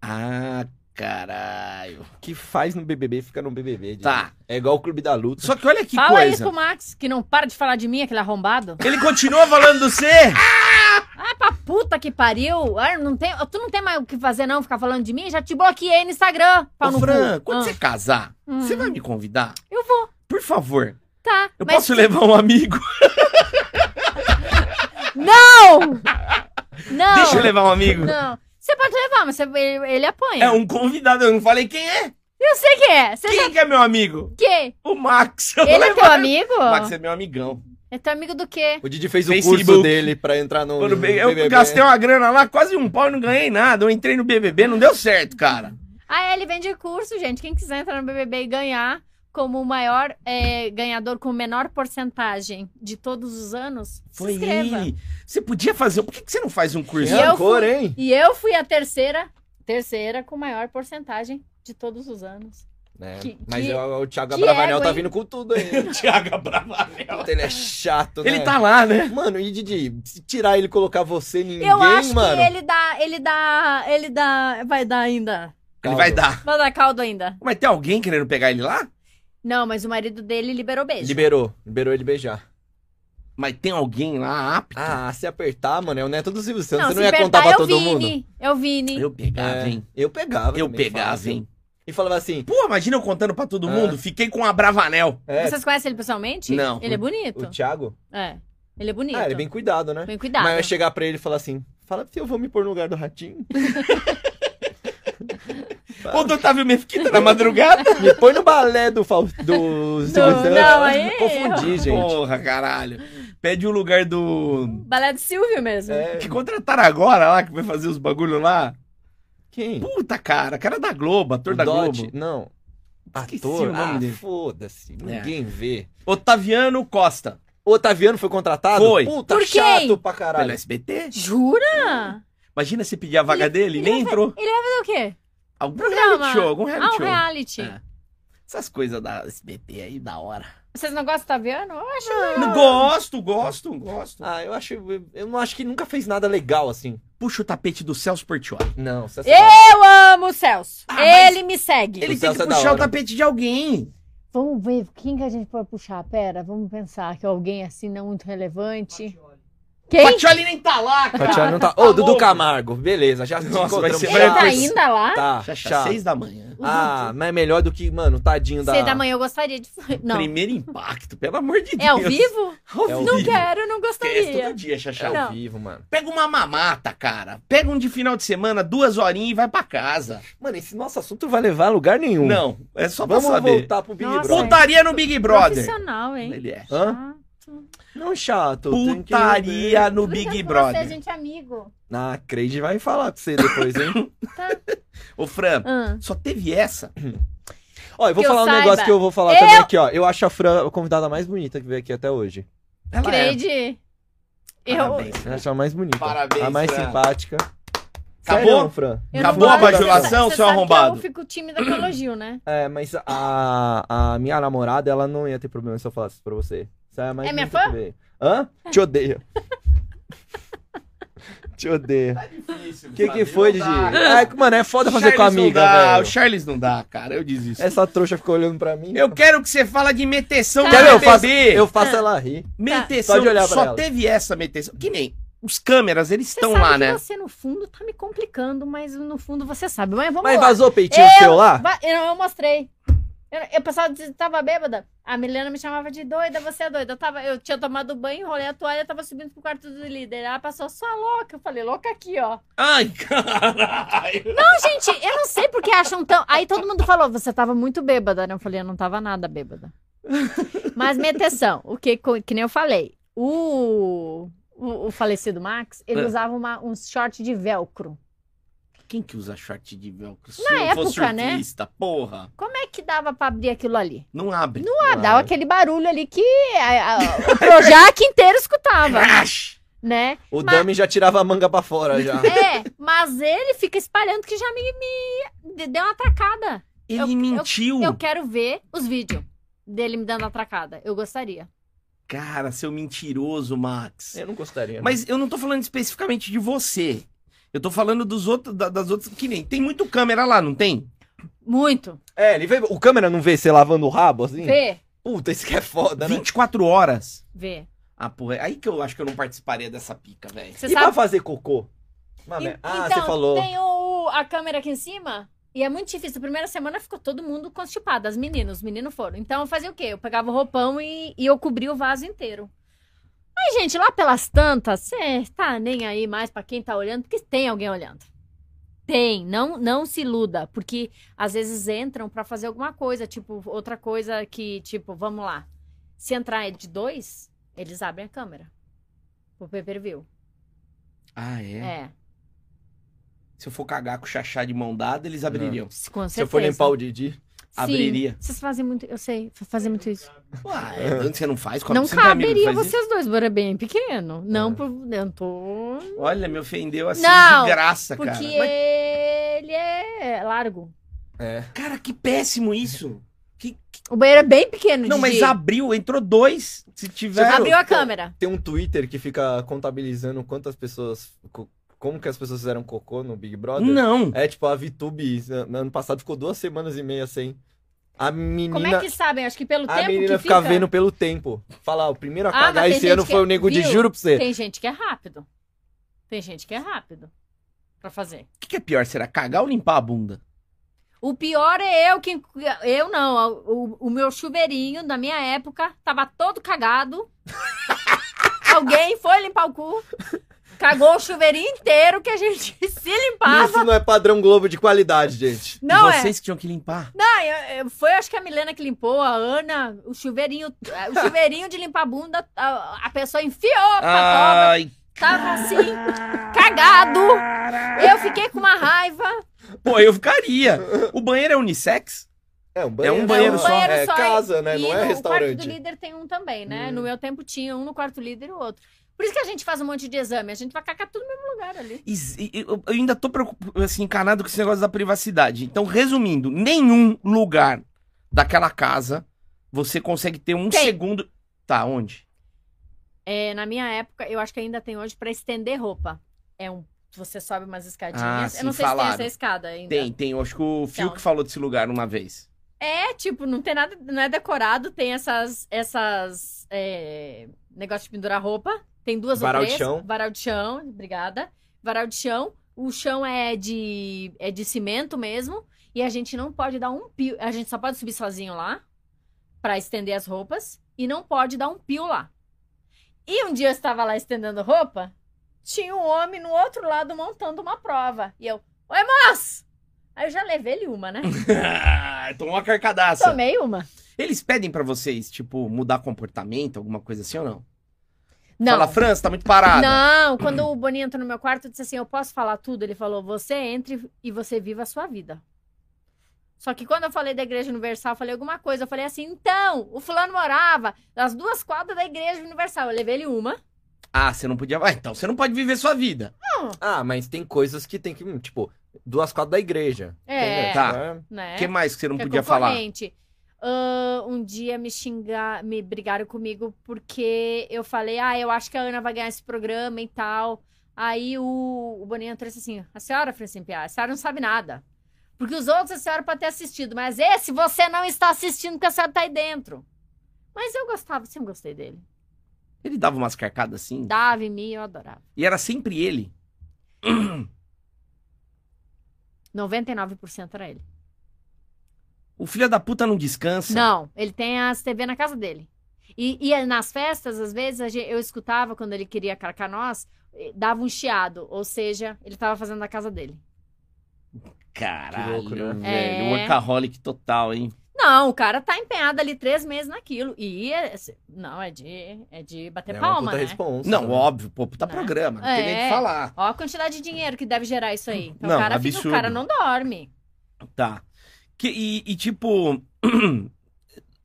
A: Ah, caralho.
B: Que faz no BBB, fica no BBB. Diego.
A: Tá.
B: É igual o Clube da Luta.
A: Só que olha que
C: Fala
A: coisa.
C: isso pro Max, que não para de falar de mim, aquele arrombado.
A: Ele continua falando do C?
C: Ah, pra puta que pariu. Ah, não tem, tu não tem mais o que fazer, não, ficar falando de mim? Já te bloqueei no Instagram, pau
A: Ô,
C: no
A: Fran,
C: cu.
A: quando
C: Ah.
A: você casar,
C: Hum.
A: você vai me convidar?
C: Eu vou,
A: Por favor.
C: tá.
A: Eu
C: mas
A: posso levar um amigo?
C: Não! Não!
A: Deixa eu levar um amigo.
C: Não. Você pode levar, mas você- ele, ele apanha.
A: É um convidado, eu não falei quem é.
C: Eu sei que é. Você
A: Quem que é meu amigo?
C: quê?
A: O Max. Eu vou
C: Ele é teu
A: levar.
C: amigo?
A: O Max é meu amigão.
C: É teu amigo do quê?
B: O Didi fez
A: Facebook.
B: o curso dele pra entrar no,
A: Quando
B: no
A: bem- eu
B: BBB.
A: gastei uma grana lá, quase um pau e não ganhei nada. Eu entrei no BBB, não deu certo, cara.
C: Ah, é, ele vende curso, gente. Quem quiser entrar no BBB e ganhar como o maior é, ganhador com menor porcentagem de todos os anos,
A: Foi
C: se inscreva.
A: ele. Você podia fazer. Por que, que você não faz um curso?
B: Que
C: E é eu
B: rancor,
C: fui-
B: hein?
C: E eu fui a terceira, terceira com maior porcentagem de todos os anos.
B: É,
C: Que-
B: mas
C: que-
B: eu- o Thiago
C: que é
B: Abravanel
C: ego,
B: tá
C: hein?
B: vindo com tudo aí.
A: O Thiago Bravanel.
B: Puta, ele é chato, né?
A: Ele tá lá, né?
B: Mano, e Didi, se tirar ele e colocar você, ninguém,
C: eu acho
B: mano.
C: que ele é dá, ele dá, ele dá, vai dar ainda.
A: Ele
B: Calma.
A: vai dar.
C: Vai dar caldo ainda.
A: Mas tem alguém querendo pegar ele lá?
C: Não, mas o marido dele liberou beijo.
B: Liberou, liberou ele beijar.
A: Mas tem alguém lá apto?
B: Ah, se apertar, mano, é o neto do Silvio Santos, você não
C: se
B: ia
C: apertar,
B: contar pra
C: é o
B: todo
C: Vini,
B: mundo?
C: É o Vini.
A: Eu pegava,
B: É,
A: hein?
B: eu pegava.
A: Ah, Eu
B: também,
A: pegava,
B: fácil.
A: hein?
B: E falava assim,
A: Pô, imagina eu contando pra todo
B: Ah.
A: mundo. Fiquei com a Bravanel.
B: é,
C: Vocês conhecem ele pessoalmente?
A: Não.
C: Ele é bonito.
B: o Thiago?
C: É. Ele é bonito.
B: Ah, ele é bem cuidado, né?
C: Bem cuidado.
B: Mas eu ia chegar pra ele e falar assim, fala se eu vou me pôr no lugar do Ratinho. Tá.
A: Ou do Otávio Mesquita na madrugada.
B: Me põe no balé do Fal... do Silvio
C: Não,
B: Santos.
C: não, aí- é
B: Confundi, gente.
A: Porra, caralho. Pede o lugar do...
C: Balé do Silvio mesmo.
B: É,
A: Que contrataram agora lá, que vai fazer os bagulho lá.
B: quem?
A: Puta, cara. Cara da Globo, ator da
B: Dodge?
A: Globo.
B: Não.
A: Esqueci
B: Ator?
A: o nome
B: ah,
A: dele. É.
B: foda-se. Ninguém vê.
A: Otaviano Costa.
B: O Otaviano foi contratado?
A: Foi.
B: Puta,
C: Por quem?
B: chato pra
A: Pelo
B: caralho.
A: SBT?
C: Jura?
A: Imagina você pedir a vaga dele e nem entrou.
C: Fazer o quê?
A: Algum
C: Programa.
A: reality show, algum
C: Ah,
A: reality
C: um
A: show.
C: reality.
A: É. Essas coisas da SBT aí, da hora.
C: Vocês não gostam do Taviano? Eu acho.
A: Não, gosto, gosto, gosto.
B: Ah, eu acho. Eu não acho que nunca fez nada legal assim.
A: Puxa o tapete do Celso Portiolli.
B: Não, você
C: Eu amo o Celso.
A: Ah, mas-
C: ele me segue.
A: Ele tem
B: O Celso
A: que
B: é da
A: puxar o
B: hora.
A: tapete de alguém.
C: Vamos ver quem que a gente pode puxar. Pera, vamos pensar que alguém assim não muito relevante.
A: O
C: Quem?
A: Patioli nem tá lá, cara.
B: Patioli não tá.
A: Tá
B: Ô, Dudu
A: louco.
B: Camargo, beleza, já te
A: Nossa, vai
B: encontramos.
A: ser-
B: Já
A: vai
C: Ele tá
A: Pera-
C: ainda lá?
B: Tá,
A: Já, já,
B: chato.
A: seis da manhã.
B: Ah, mas é melhor do que, mano, tadinho da.
C: Seis da manhã eu gostaria de. Não.
A: Primeiro impacto, pelo amor de Deus.
C: É ao vivo?
A: Ao
B: É ao
A: vivo.
C: Não quero, não
A: Esquece todo
C: gostaria.
A: dia,
B: É
A: Xaxá.
B: ao
C: Não.
B: vivo, mano.
A: Pega uma mamata, cara. Pega um de final de semana, duas horinhas e vai pra casa.
B: Mano, esse nosso assunto não vai levar a lugar nenhum.
A: Não, é só pra
B: Um. Vamos
A: saber.
B: voltar pro Big
C: Nossa,
B: Brother.
A: Putaria no Big Brother.
C: Profissional, hein?
A: Ele é.
B: Hã?
C: Ah,
B: Não é chato. tem que-
A: Putaria no
C: tô brincando
A: Big
C: com Você, a
A: Brother.
C: gente é amigo.
B: Ah, a Creide vai falar com você depois, hein?
A: Ô, Fran,
C: Ah.
A: só teve essa.
B: Ó, eu vou
C: Que eu
B: falar um
C: saiba.
B: negócio que eu vou falar
C: Eu-
B: também aqui, ó. Eu acho a Fran a convidada mais bonita que veio aqui até hoje.
A: Ela é.
C: Creide. Eu,
A: Parabéns.
B: Eu acho a mais bonita.
A: Parabéns,
B: A mais
A: Fran.
B: simpática.
A: Acabou?
B: Sério, Fran?
C: Eu não
A: Acabou a
C: gosto.
A: bajulação, seu
C: Você sabe que
A: arrombado.
C: Eu fico tímida com elogio, né?
B: É, mas a, a minha namorada, ela não ia ter problema se eu falasse isso pra você. Você é, a mais
C: É minha
B: bonita
C: fã?
B: que veio. Hã? Te odeio. Te odeio.
A: É difícil.
B: O que que
A: Flamengo
B: foi,
A: não
B: Didi?
A: dá.
B: Ai, que mano, é foda fazer com a
A: Charles não
B: amiga,
A: dá, O
B: velho. É assim,
A: Charles não dá, cara. Eu desisto.
B: Essa trouxa ficou olhando pra mim.
A: Eu quero que você fala de meteção no
C: Tá.
B: Quer ver? Eu
A: BBB.
B: faço, eu faço ela rir.
A: Meteção,
B: Só de olhar pra
A: só
B: ela.
A: teve essa meteção. Que nem os câmeras, eles
C: Você
A: estão
C: sabe
A: lá,
C: que
A: né?
C: Você, no fundo, tá me complicando, mas no fundo você sabe. Mas vamos
B: Mas
C: lá.
B: vazou o peitinho
C: Eu-
B: seu lá?
C: Va- Eu, eu mostrei. Eu, eu pensava que tava bêbada. A Milena me chamava de doida, você é doida. Eu, tava, eu tinha tomado banho, enrolei a toalha, tava subindo pro quarto do líder. Ela passou, sua louca. Eu falei, louca aqui, ó.
A: Ai, caralho.
C: Não, gente, eu não sei porque acham tão. Aí todo mundo falou, você tava muito bêbada, né? Eu falei, eu não tava nada bêbada. Mas minha atenção, o que, co- que nem eu falei, o, o, o falecido Max, ele
A: Ah.
C: usava uma, um short de velcro.
A: Quem que usa short de velcro? Se
C: Na
A: eu for
C: época, né?
A: surfista, porra.
C: Como é que dava pra abrir aquilo ali?
A: Não abre.
C: Ah,
B: Claro.
C: dava aquele barulho ali que a- a- o Projac inteiro escutava,
A: Crash!
C: né?
B: O Dami já tirava a manga pra fora já.
C: É, mas ele fica espalhando que já me, me de- deu uma atracada.
A: Ele
C: Eu- eu-
A: mentiu.
C: Eu quero ver os vídeos dele me dando atracada. Eu gostaria.
A: Cara, seu mentiroso, Max.
B: Eu não gostaria. né? Mas
A: Mas eu não tô falando especificamente de você. Eu tô falando dos outros, da- das outras. Que nem. Tem muito câmera lá, não tem?
C: Muito.
B: é, ele vê, o câmera não vê você lavando o rabo assim?
C: Vê,
B: Puta, isso que é foda, né?
A: 24 horas.
C: vê.
A: Ah, pô, é aí que eu acho que eu não participaria dessa pica, velho.
C: Você
B: e pra
C: sabe?
B: fazer cocô? Uma
C: E-
B: merda. ah,
C: então,
B: você falou.
C: tem o- a câmera aqui em cima. E é muito difícil. A primeira semana ficou todo mundo constipado, as meninas, os meninos foram. Então eu fazia o quê? Eu pegava o roupão e, e eu cobria o vaso inteiro. Mas, gente, lá pelas tantas, você tá nem aí mais pra quem tá olhando, porque tem alguém olhando. Tem, não, não se iluda, porque às vezes entram pra fazer alguma coisa, tipo, outra coisa que, tipo, vamos lá. Se entrar de dois, eles abrem a câmera. O pay-per-view.
A: Ah, é?
C: É.
A: Se eu for cagar com o chachá de mão dada, eles abririam.
C: com certeza.
B: Se eu for limpar o Didi.
C: Sim,
A: Abriria.
C: Vocês fazem muito, eu sei, fa- fazem muito isso.
A: Ué, é, você não faz?
C: não
A: 45 amigos
C: caberia
A: faz isso?
C: vocês dois, Bora é bem pequeno. Não,
B: É.
C: por, eu tô.
A: Olha, me ofendeu assim
C: Não,
A: de graça,
C: Porque
A: cara. Mas,
C: ele é largo.
B: É.
A: cara, que péssimo isso. Que...
C: O banheiro é bem pequeno.
A: Não, mas
C: Didi.
A: abriu, entrou dois. Se tiver.
B: Já
C: abriu a
B: Pô,
C: câmera.
B: Tem um Twitter que fica contabilizando quantas pessoas. co- Como que as pessoas fizeram cocô no Big Brother?
A: Não.
B: É tipo, a VTube, no ano passado ficou duas semanas e meia sem. A menina.
C: Como é que sabem? Acho que pelo
B: A
C: tempo
B: menina
C: que fica.
B: fica vendo pelo tempo. Fala, o primeiro a
C: Ah, mas
B: cagar
C: tem
B: esse
C: gente
B: ano
C: que-
B: foi o nego de
C: viu?
B: juro pra você.
C: Tem gente que é rápido. Tem gente que é rápido pra fazer.
A: O que, que é pior? Será cagar ou limpar a bunda?
C: O pior é eu que. Eu não. O, o meu chuveirinho, na minha época, tava todo cagado. Alguém foi limpar o cu. Cagou o chuveirinho inteiro que a gente se limpava.
B: Isso não é padrão Globo de qualidade, gente.
C: Não, é.
A: Vocês que tinham que limpar.
C: Não, eu- eu- foi acho que a Milena que limpou, a Ana, o chuveirinho. é, O chuveirinho de limpar a bunda, a, a pessoa enfiou pra
A: Ai,
C: cobra. Tava assim, cagado. Eu fiquei com uma raiva.
A: pô, eu ficaria. O banheiro é unissex?
B: É um
A: É um banheiro só.
B: É
C: só,
B: casa, né?
C: e
B: Não é
C: no quarto do
B: restaurante.
C: líder tem um também, né?
B: Hum.
C: No meu tempo tinha um no quarto líder e o outro. Por isso que a gente faz um monte de exame. A gente vai cacar tudo no mesmo lugar ali.
A: E- e- Eu eu ainda tô preocup- assim, encanado com esse negócio da privacidade. Então, resumindo, nenhum lugar daquela casa você consegue ter um
C: Tem.
A: segundo. Tá, onde?
C: É, na minha época, eu acho que ainda tem hoje pra estender roupa. É um... Você sobe umas escadinhas.
A: Ah,
C: eu não
A: sim,
C: sei
A: falaram.
C: se tem essa escada ainda.
A: Tem, tem. Eu acho que o Fio que
C: Então.
A: falou desse lugar uma vez.
C: É, tipo, não tem nada... Não é decorado. Tem essas... Essas... É... Negócio de pendurar roupa. Tem duas
B: Varal
C: ou
B: de
C: três.
B: chão.
C: Varal de chão. Obrigada. Varal de chão. O chão é de... É de cimento mesmo. E a gente não pode dar um pio. A gente só pode subir sozinho lá pra estender as roupas e não pode dar um pio lá. E um dia eu estava lá estendendo roupa, tinha um homem no outro lado montando uma prova. E eu, oi moço! Aí eu já levei ele uma, né?
A: Tomou uma carcadaça.
C: Tomei uma.
A: Eles pedem pra vocês, tipo, mudar comportamento, alguma coisa assim ou não?
C: Não.
A: Fala, França, tá muito parada.
C: Não, quando o Boninho entrou no meu quarto, eu disse assim: Eu posso falar tudo? Ele falou: Você entre e você viva a sua vida. Só que quando eu falei da Igreja Universal, eu falei alguma coisa. Eu falei assim: Então, o fulano morava nas duas quadras da Igreja Universal. Eu levei ele uma.
A: Ah, você não podia. Ah, então você não pode viver sua vida.
B: Ah, mas tem coisas que tem que. hum, Tipo, duas quadras da igreja.
C: É,
B: entendeu?
A: Tá.
B: Não
A: O
B: é-
C: né?
A: que mais que você não
C: Que é
A: podia falar?
C: concorrente. Ah, um dia me xingar, me brigaram comigo porque eu falei, ah, eu acho que a Ana vai ganhar esse programa e tal. Aí o, o Boninho entrou e disse assim: a senhora, Francine Piá, a senhora não sabe nada. Porque os outros a senhora pode ter assistido, mas esse você não está assistindo porque a senhora está aí dentro. Mas eu gostava, sempre gostei dele.
A: Ele dava umas carcadas assim.
C: Dava em mim, eu adorava.
A: E era sempre ele.
C: 99% era ele.
A: O filho da puta não descansa.
C: Não, ele tem as TV na casa dele. E, e nas festas, às vezes, a gen- eu escutava quando ele queria carcar nós, eh, dava um chiado. Ou seja, ele tava fazendo na casa dele.
A: Caralho,
B: Que louco,
A: velho. Um
B: né?
C: É.
A: Workaholic total, hein?
C: Não, o cara tá empenhado ali três meses naquilo. E é- não, é de, é de bater
B: É uma
C: palma,
B: puta
C: né?
B: responsa.
A: Não,
B: né?
A: óbvio, pô, puta
C: Não.
A: programa. Não tem nem o que
C: É.
A: falar.
C: Ó a quantidade de dinheiro que deve gerar isso aí. Então,
A: Não,
C: o, cara fica, o
A: absurdo.
C: cara não dorme.
A: Tá. Que, e, e, tipo.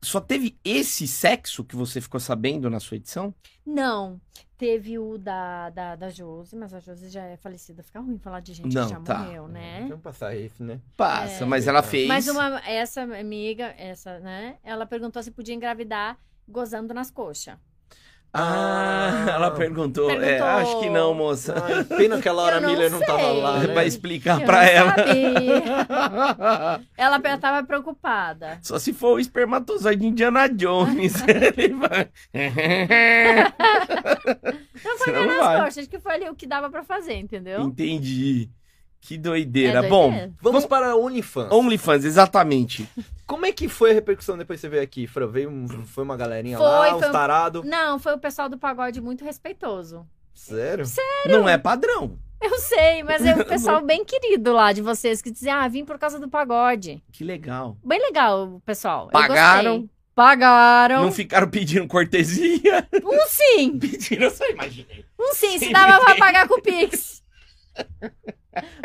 A: Só teve esse sexo que você ficou sabendo na sua edição?
C: Não, teve o da, da, da Josi, mas a Josi já é falecida. Fica ruim falar de gente
A: Não,
C: que já
A: tá.
C: morreu, né?
B: Vamos passar isso, né?
A: Passa,
C: É.
A: mas ela fez.
C: Mas uma, essa amiga, essa, né? Ela perguntou se podia engravidar gozando nas coxas.
A: Ah, ela perguntou. É,
C: Perguntou.
A: acho que não, moça.
B: Ai, pena que a Laura
C: Eu não
B: Miller não tava
C: sei.
B: lá, né?
A: Vai
B: Mas
A: explicar
C: Ah, é. Eu
A: Ah, pra
C: não
A: ela.
C: sabia. Ela pe- tava preocupada.
A: Só se for o espermatozoide de Indiana Jones. Ele vai.
C: Não foi
A: Senão
C: nem
A: não
C: nas
A: vai.
C: coxas, acho que foi ali o que dava pra fazer, entendeu?
A: Entendi. Que doideira.
C: É
A: Bom,
C: doideira.
B: vamos para a OnlyFans.
A: OnlyFans, exatamente.
B: Como é que foi a repercussão depois que você veio aqui, Fran? Veio, um- foi uma galerinha
C: Foi,
B: lá,
C: foi
B: uns
C: um-
B: tarado.
C: Não, foi o pessoal do pagode muito respeitoso.
B: Sério?
A: Não é padrão.
C: Eu sei, mas é o pessoal bem querido lá de vocês que dizem, ah, vim por causa do pagode.
A: Que legal.
C: Bem legal, pessoal. Eu
A: Pagaram?
C: gostei. Pagaram.
A: Não ficaram pedindo cortesia?
C: Um sim,
A: Pediram, eu só imaginei.
C: um sim, se dava pra pagar com o Pix.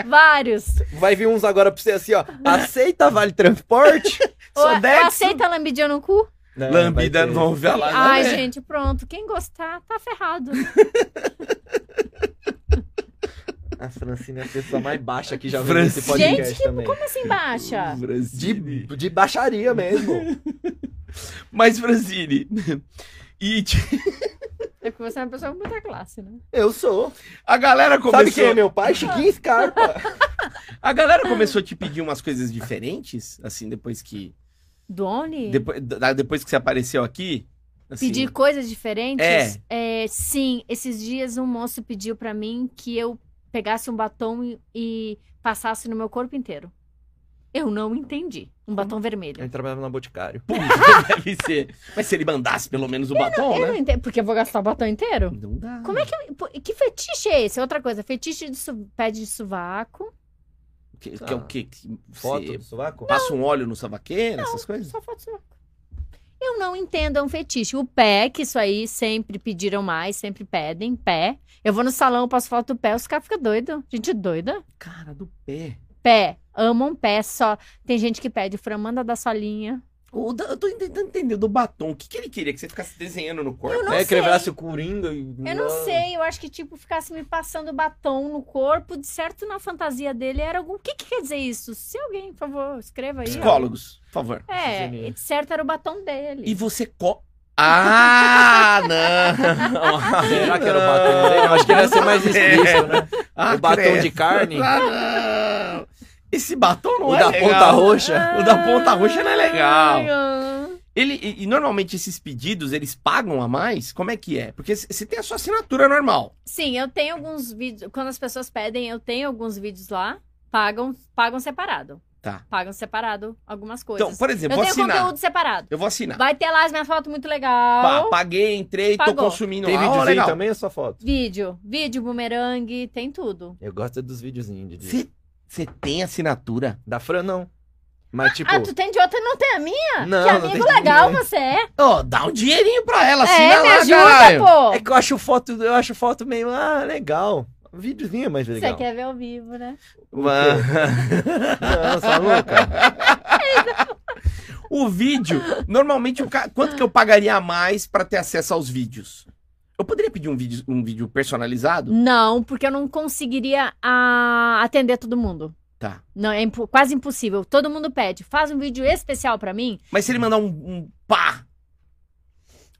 C: Vários.
B: Vai vir uns agora pra você assim, ó. Aceita Vale Transporte?
A: Só
C: Ou-
A: Dex?
C: aceita lambidinha no cu?
B: Não,
A: Lambida
B: É, vai ter.
A: novela.
C: Ai,
A: né?
C: gente, pronto. Quem gostar, tá ferrado.
B: A Francine é a pessoa mais baixa que já veio
A: Francine.
B: nesse podcast
C: Gente,
B: também.
C: Como assim baixa?
A: Francine.
B: De, de baixaria mesmo.
A: Mas, Francine. E t-
C: É porque você é uma pessoa com muita classe, né?
B: Eu sou.
A: a galera começou.
B: Sabe quem é meu pai? Chiquinho Scarpa.
A: A galera começou a te pedir umas coisas diferentes, assim, depois que.
C: Doni?
A: Depois, da- depois que você apareceu aqui. Assim,
C: Pedir coisas diferentes? É. Sim, esses dias um moço pediu pra mim que eu pegasse um batom e, e passasse no meu corpo inteiro. Eu não entendi. Um batom vermelho.
A: É
B: Ele trabalhava na Boticário.
A: Pum, deve ser. Mas se ele mandasse pelo menos o batom,
C: Eu
A: né?
C: não entendi, porque eu vou gastar o batom inteiro?
A: Não dá.
C: Como é que. eu- pô, Que fetiche é esse? Outra coisa, fetiche de su- pé de sovaco.
A: Que, que é o quê? Que
B: Foto
A: você
B: do sovaco?
A: passa um óleo no savaqueiro, essas coisas?
C: Só foto de sovaco. Eu não entendo, é um fetiche. O pé, que isso aí sempre pediram mais, sempre pedem, pé. Eu vou no salão, eu passo foto do pé, os caras ficam doidos. Gente doida.
A: Cara, do pé.
C: pé. Amam pé só. Tem gente que pede Fran, manda da solinha.
A: O da- eu tô tentando entender do batom. O que, que ele queria? Que você ficasse desenhando no corpo? Né?
C: Eu não
B: é, que
C: sei.
B: levasse o Coringa e...
C: Eu não sei, eu acho que, tipo, ficasse me passando batom no corpo, de certo na fantasia dele era algum. O que, que quer dizer isso? Se alguém, por favor, escreva aí.
A: Psicólogos, por favor.
C: É, e de certo era o batom dele.
A: E você co... Ah, não!
B: Ah, Será que era o batom dele? Eu acho que ele ia ser mais explícito, né?
A: Ah,
B: o batom
A: credo.
B: de carne.
A: Ah, não. Esse batom não
B: o
A: é
B: da
A: legal.
B: ponta roxa.
A: O da ponta roxa não é legal.
C: Ai, ah.
A: Ele, e, e normalmente esses pedidos, eles pagam a mais? Como é que é? Porque c- você tem a sua assinatura normal.
C: Sim, eu tenho alguns vídeos. Quando as pessoas pedem, eu tenho alguns vídeos lá. Pagam, pagam separado.
A: Tá.
C: Pagam separado algumas coisas.
A: Então, por exemplo,
C: eu
A: vou
C: tenho
A: assinar.
C: conteúdo separado.
A: Eu vou assinar.
C: Vai ter lá as minhas fotos muito
A: Pá,
C: legal.
A: paguei, entrei, tô
C: Pagou.
A: consumindo
B: Tem
A: lá. Ó,
B: videozinho
A: legal.
B: também ou só foto?
C: Vídeo, vídeo, bumerangue, tem tudo.
B: Eu gosto é dos videozinhos. De...
A: Você- Você tem assinatura?
B: Da Fran, não. Mas, tipo...
C: Ah, tu tem de outra e não tem a minha?
B: Não,
C: que
B: não
C: amigo
B: tem de
C: legal
B: ninguém.
C: você é.
A: Ó, dá um dinheirinho pra ela, assina
C: É, me
A: lá,
C: ajuda,
A: caralho.
C: pô.
B: É que eu acho foto, eu acho foto meio, ah, legal. Videozinho é mais legal.
C: Você quer ver ao vivo, né?
B: Não, só louca.
A: O vídeo, normalmente, o ca- quanto que eu pagaria a mais pra ter acesso aos vídeos? Eu poderia pedir um vídeo, um vídeo personalizado?
C: Não, porque eu não conseguiria ah, atender todo mundo.
A: Tá.
C: Não, é impo- quase impossível. Todo mundo pede. Faz um vídeo especial pra mim.
A: Mas se ele mandar um, um pá,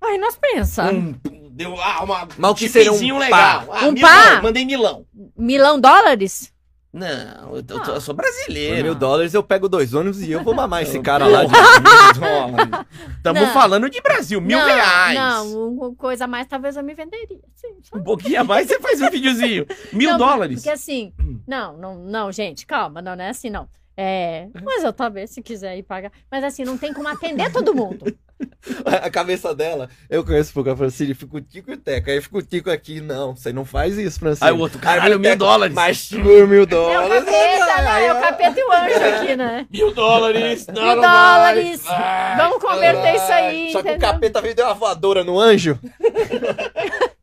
C: Aí nós pensa.
A: um, um Deu ah, uma,
B: Mas o que seria um
A: chipzinho
B: pá?
A: legal. Ah,
C: Um
A: milão,
C: pá?
A: Mandei milão.
C: Milão dólares?
A: Não, eu, tô-
C: Ah.
A: eu sou
B: Por
A: brasileiro.
B: mil dólares eu pego dois ônibus e eu vou mamar esse cara lá de.
A: Estamos
C: Não.
A: falando de Brasil, mil
C: Não,
A: reais.
C: Não, uma coisa a mais talvez eu me venderia. Sim, só-
A: Um pouquinho a mais, você faz um videozinho. Mil
C: Não,
A: dólares.
C: Porque assim, não, não, não, gente, calma, não, não é assim, não. É, mas eu talvez, se quiser ir pagar. Mas assim, não tem como atender todo mundo.
B: A cabeça dela, eu conheço pouco. Ela falou assim: fica o Tico e o Teco. Aí fica o Tico aqui. Não, você não faz isso, Francine.
A: Aí o outro, caralho, mil dólares.
B: Mas por mil
C: É o
B: dólares.
C: capeta, né?
B: Aí
C: É o
B: eu-
C: capeta e o anjo aqui, né?
A: Mil dólares.
C: Mil dólares. Vamos converter isso aí,
B: Só que o
C: entendeu?
B: capeta veio e deu uma voadora no anjo.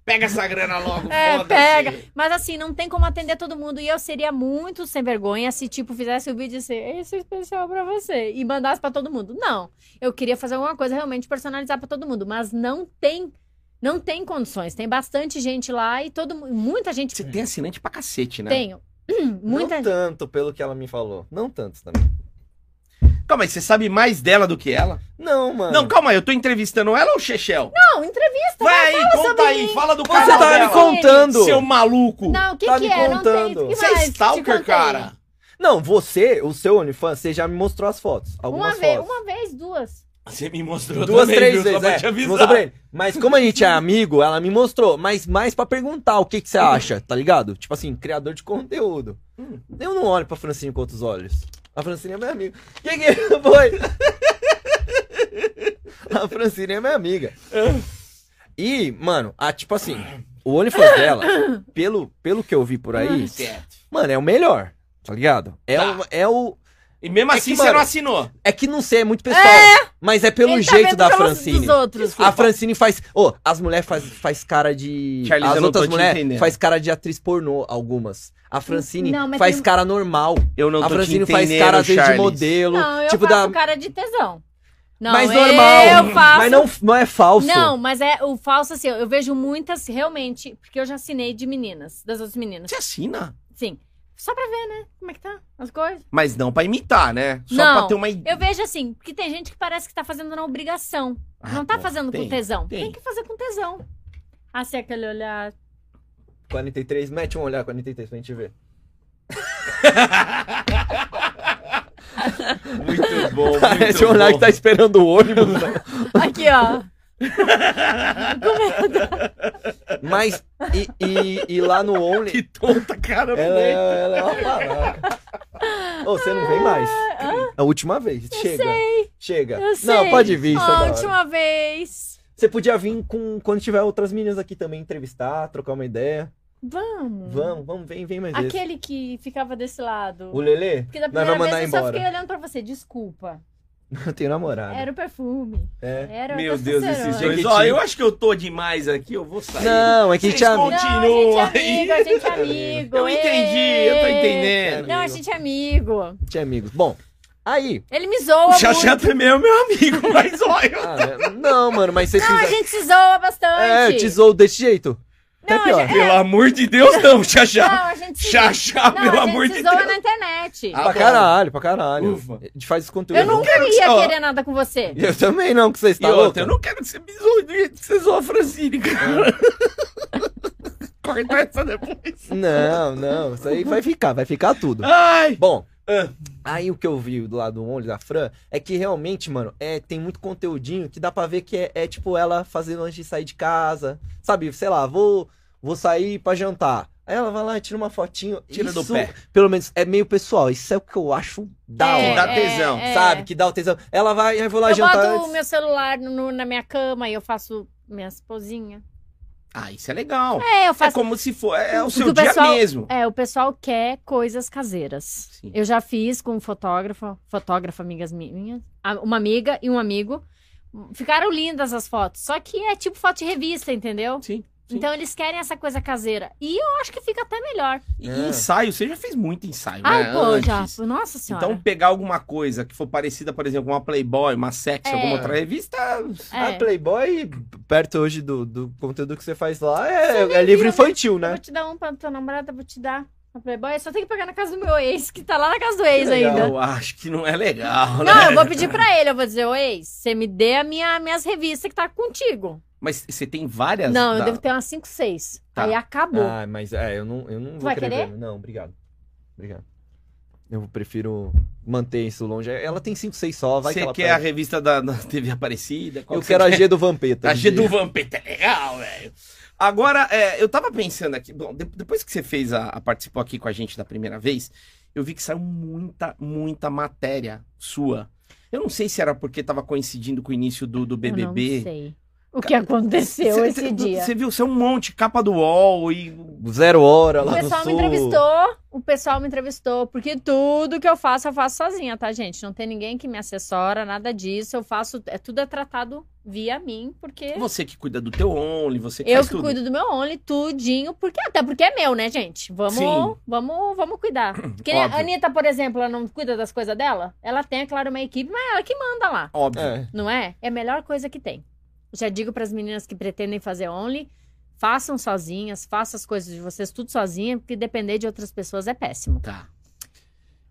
A: Pega essa grana logo.
C: É,
A: foda-se.
C: pega. Mas assim, não tem como atender todo mundo. E eu seria muito sem vergonha se, tipo, fizesse o vídeo e dissesse, esse é especial pra você. E mandasse pra todo mundo. Não. Eu queria fazer alguma coisa realmente personalizar pra todo mundo. Mas não tem. Não tem condições. Tem bastante gente lá e todo mu- muita gente.
A: Você tem assinante pra cacete, né?
C: Tenho. Muita
B: né? Não tá- tanto, pelo que ela me falou. Não tanto também.
A: Calma aí, você sabe mais dela do que ela?
B: Não, mano.
A: Não, calma aí, eu tô entrevistando ela ou o Chechel?
C: Não, entrevista.
A: Vai aí, conta
C: sobre
A: aí,
C: mim.
A: fala do
B: Você
A: canal
B: tá
A: dela.
B: me contando.
A: Seu maluco.
C: Não, o que,
B: Tá
C: que
B: me
C: é? Não tem.
B: contando.
C: Que
A: Você é
C: mais? Te contei.
A: stalker, cara.
B: Não, você, o seu OnlyFans, você já me mostrou as fotos. Algumas
C: Uma vez,
B: fotos.
C: uma vez, duas.
A: Você me mostrou
B: Duas,
A: também, viu?
B: três
A: Só
B: vezes,
A: pra
B: é.
A: te avisar.
B: Mostrou pra ele. Mas como a gente é amigo, ela me mostrou. Mas mais pra perguntar o que, que você acha, tá ligado? Tipo assim, criador de conteúdo.
A: Hum.
B: Eu não olho pra Francine com outros olhos. A Francine é minha amiga. Quem que foi? a Francine é minha amiga. E, mano, a, tipo assim, o OnlyFans dela, pelo, pelo que eu vi por aí,
A: Tá Certo.
B: mano, é o melhor, tá ligado? É,
A: Hum. Tá.
B: o, é o...
A: E mesmo
B: É
A: assim
B: que,
A: você
B: mano,
A: não assinou.
B: É que não sei, é muito pessoal. Mas é pelo
C: Ele tá
B: jeito
C: vendo
B: da
C: pelos-
B: Francine.
C: Dos outros.
B: A Francine faz. Ô, as mulheres faz, faz cara de.
A: Charles, eu
B: as
A: não
B: outras
A: tô te
B: mulheres
A: entendendo.
B: faz cara de atriz pornô, algumas. A Francine
C: Não, mas
B: faz
C: tem-
B: cara normal.
A: Eu não
B: a
A: tô te
B: Francine
A: entendendo,
B: faz cara, às vezes, de
A: Charles.
B: modelo.
C: Não, eu
B: tipo
C: faço
B: da.
C: cara de tesão. Não,
B: mais
C: eu
B: normal.
C: faço-
B: Mas não, não é falso.
C: Não, mas é o falso assim, eu eu vejo muitas realmente, porque eu já assinei de meninas, das outras meninas.
A: Você assina?
C: Sim. Só pra ver, né? Como é que tá as coisas.
A: Mas não pra imitar, né? Só
C: Não.
A: pra ter uma ideia.
C: Eu vejo assim, porque tem gente que parece que tá fazendo na obrigação.
B: Ah,
C: não tá fazendo com tesão. Tem.
A: tem.
C: que fazer com tesão. Ah, se é aquele olhar.
B: 43, mete um olhar 43 pra gente ver.
A: Muito bom,
B: Mete
A: muito
B: um olhar que
A: bom.
B: tá esperando o ônibus. né?
C: Aqui, ó.
B: mas. E, e, e lá no Only.
A: Que tonta, cara. né? eu não
B: Ela, é-
A: aguento.
B: ela é uma paraca. Ô, você não vem mais. É a última vez. Chega. Chega.
C: Eu Ah, sei.
B: Não, pode vir. isso é da
C: Ó,
B: hora.
C: última vez.
B: Você podia vir com quando tiver outras meninas aqui também entrevistar, trocar uma ideia.
C: Vamos.
B: Vamos, vamos, vem, vem mais vezes.
C: Hum. Aquele que ficava desse lado.
B: O Lelê,
C: Porque da
B: nós
C: primeira
B: vamos
C: vez
B: mandar
C: eu só
B: embora.
C: fiquei olhando pra você, desculpa.
B: Eu tenho namorado.
C: Era o perfume.
B: É.
C: Era
A: Meu
C: o
A: Deus, esses
C: testosterona.
B: jeito.
A: dois. Ó, eu acho que eu tô demais aqui, eu vou sair.
B: Não, é que a gente
A: Vocês
B: é
A: vão-
B: amigo.
C: Não,
A: Continua
C: a gente é amigo, a gente é amigo.
A: Eu entendi, eu tô
C: Ê!
A: entendendo.
C: Não, a gente é amigo.
B: A gente é amigo. Bom, aí.
C: Ele me zoa
A: O
C: muito.
A: Xaxá também é meu amigo, mas olha.
B: Ah, né? não, mano, mas vocês
C: Não, a
B: fizeram.
C: gente se zoa bastante.
B: É, eu te zoo desse jeito. Até
C: Não, a
B: pior.
C: gente-
A: Pelo amor de Deus, não, Xaxá.
C: Não, a gente se
A: Xaxá,
C: Não,
A: pelo
C: a gente
A: amor
C: se
A: de
C: zoa né?
A: Deus.
C: na internet.
A: Ah,
B: Pra
A: bom.
B: caralho, pra caralho.
A: Ufa.
B: A gente faz esse conteúdo.
C: eu nunca
A: quero que
C: ia
A: você- ó.
C: querer nada com você.
B: Eu também não, que vocês
A: E
B: estão
A: outra,
B: loucos.
A: eu não quero que você me zoe do jeito que você zoa a Francine, cara. Corta essa depois.
B: Não, não. Isso aí vai ficar, vai ficar tudo.
A: Ai.
B: Bom,
A: Ah.
B: aí o que eu vi do lado do Only da Fran é que realmente, mano, é, tem muito conteúdinho que dá pra ver que é, é, tipo ela fazendo antes de sair de casa. Sabe, sei lá, vou, vou sair pra jantar. Aí ela vai lá e tira uma fotinho.
A: Tira do
B: Isso,
A: pé.
B: Pelo menos é meio pessoal. Isso é o que eu acho da
C: É,
A: dá
B: hora.
C: é,
A: tesão,
C: é.
B: Sabe? Que dá o tesão. Ela vai, aí vou lá
C: Eu
B: jantar.
C: boto o
B: antes.
C: meu celular no- na minha cama e eu faço minhas posinhas.
A: Ah, isso é legal.
C: É, eu
A: É
C: faço.
A: como se for. É o
C: O
A: seu
C: que o
A: dia
C: pessoal-
A: mesmo.
C: É, o pessoal quer coisas caseiras.
A: Sim.
C: Eu já fiz com um fotógrafo, fotógrafa, amigas minhas, a- uma amiga e um amigo. Ficaram lindas as fotos. Só que é tipo foto de revista, entendeu?
A: Sim, sim.
C: Então eles querem essa coisa caseira. E eu acho que fica até melhor.
A: E
B: É.
A: ensaio, você já fez muito ensaio, né?
C: Ai, Ah, pô,
A: Antes.
C: já. Nossa senhora.
A: Então, pegar alguma coisa que for parecida, por exemplo, uma Playboy, uma Sex,
C: É.
A: alguma outra revista.
B: A
C: É.
B: Playboy, perto hoje do, do conteúdo que você faz lá, é, é livro infantil,
C: Eu
B: né?
C: vou te dar um pra tua namorada, vou te dar a Playboy. Eu só tenho que pegar na casa do meu ex, que tá lá na casa do ex
B: Que legal.
C: ainda.
A: Eu acho que não é legal, né?
C: Não, eu vou pedir pra ele, eu vou dizer, ô ex, você me dê a minha, minhas revistas que tá contigo.
A: Mas você tem várias.
C: Não, eu
A: da-
C: devo ter umas 5, 6.
A: Tá.
C: Aí acabou.
B: Ah, mas é, eu não, eu não vou
C: vai
B: querer,
C: querer?
B: ver. Não, obrigado. Obrigado. Eu prefiro manter isso longe. Ela tem 5, 6 só, vai
A: Você
B: que ela
A: quer a
B: pega.
A: revista da, da TV Aparecida? Qual
B: Eu
A: que
B: quero
A: você
B: a G do Vampeta.
A: A G Tá do Vampeta é legal, velho. Agora, é, eu tava pensando aqui. Bom, de- depois que você fez a, a- participou aqui com a gente da primeira vez, eu vi que saiu muita, muita matéria sua. Eu não sei se era porque tava coincidindo com o início do, do
C: Eu não
A: BBB.
C: sei o que aconteceu esse dia.
A: Você viu, saiu um monte, capa do UOL e.
B: Zero hora
C: O
B: lá no
C: pessoal me
B: sul.
C: entrevistou, o pessoal me entrevistou, porque tudo que eu faço, eu faço sozinha, tá, gente? Não tem ninguém que me assessora, nada disso. Eu faço, é, tudo é tratado via mim, porque
A: Você que cuida do teu Only, você que
C: eu
A: faz
C: que
A: tudo.
C: cuido do meu Only, tudinho, porque até porque é meu, né, gente? Vamos,
A: Sim.
C: vamos, vamos cuidar. Porque
A: Óbvio.
C: a Anitta, por exemplo, ela não cuida das coisas dela? Ela tem, é claro, uma equipe, mas ela que manda lá.
A: Óbvio.
B: É.
C: Não é? É a melhor coisa que tem. Já digo para as meninas que pretendem fazer only, façam sozinhas, façam as coisas de vocês tudo sozinha, porque depender de outras pessoas é péssimo.
A: Tá.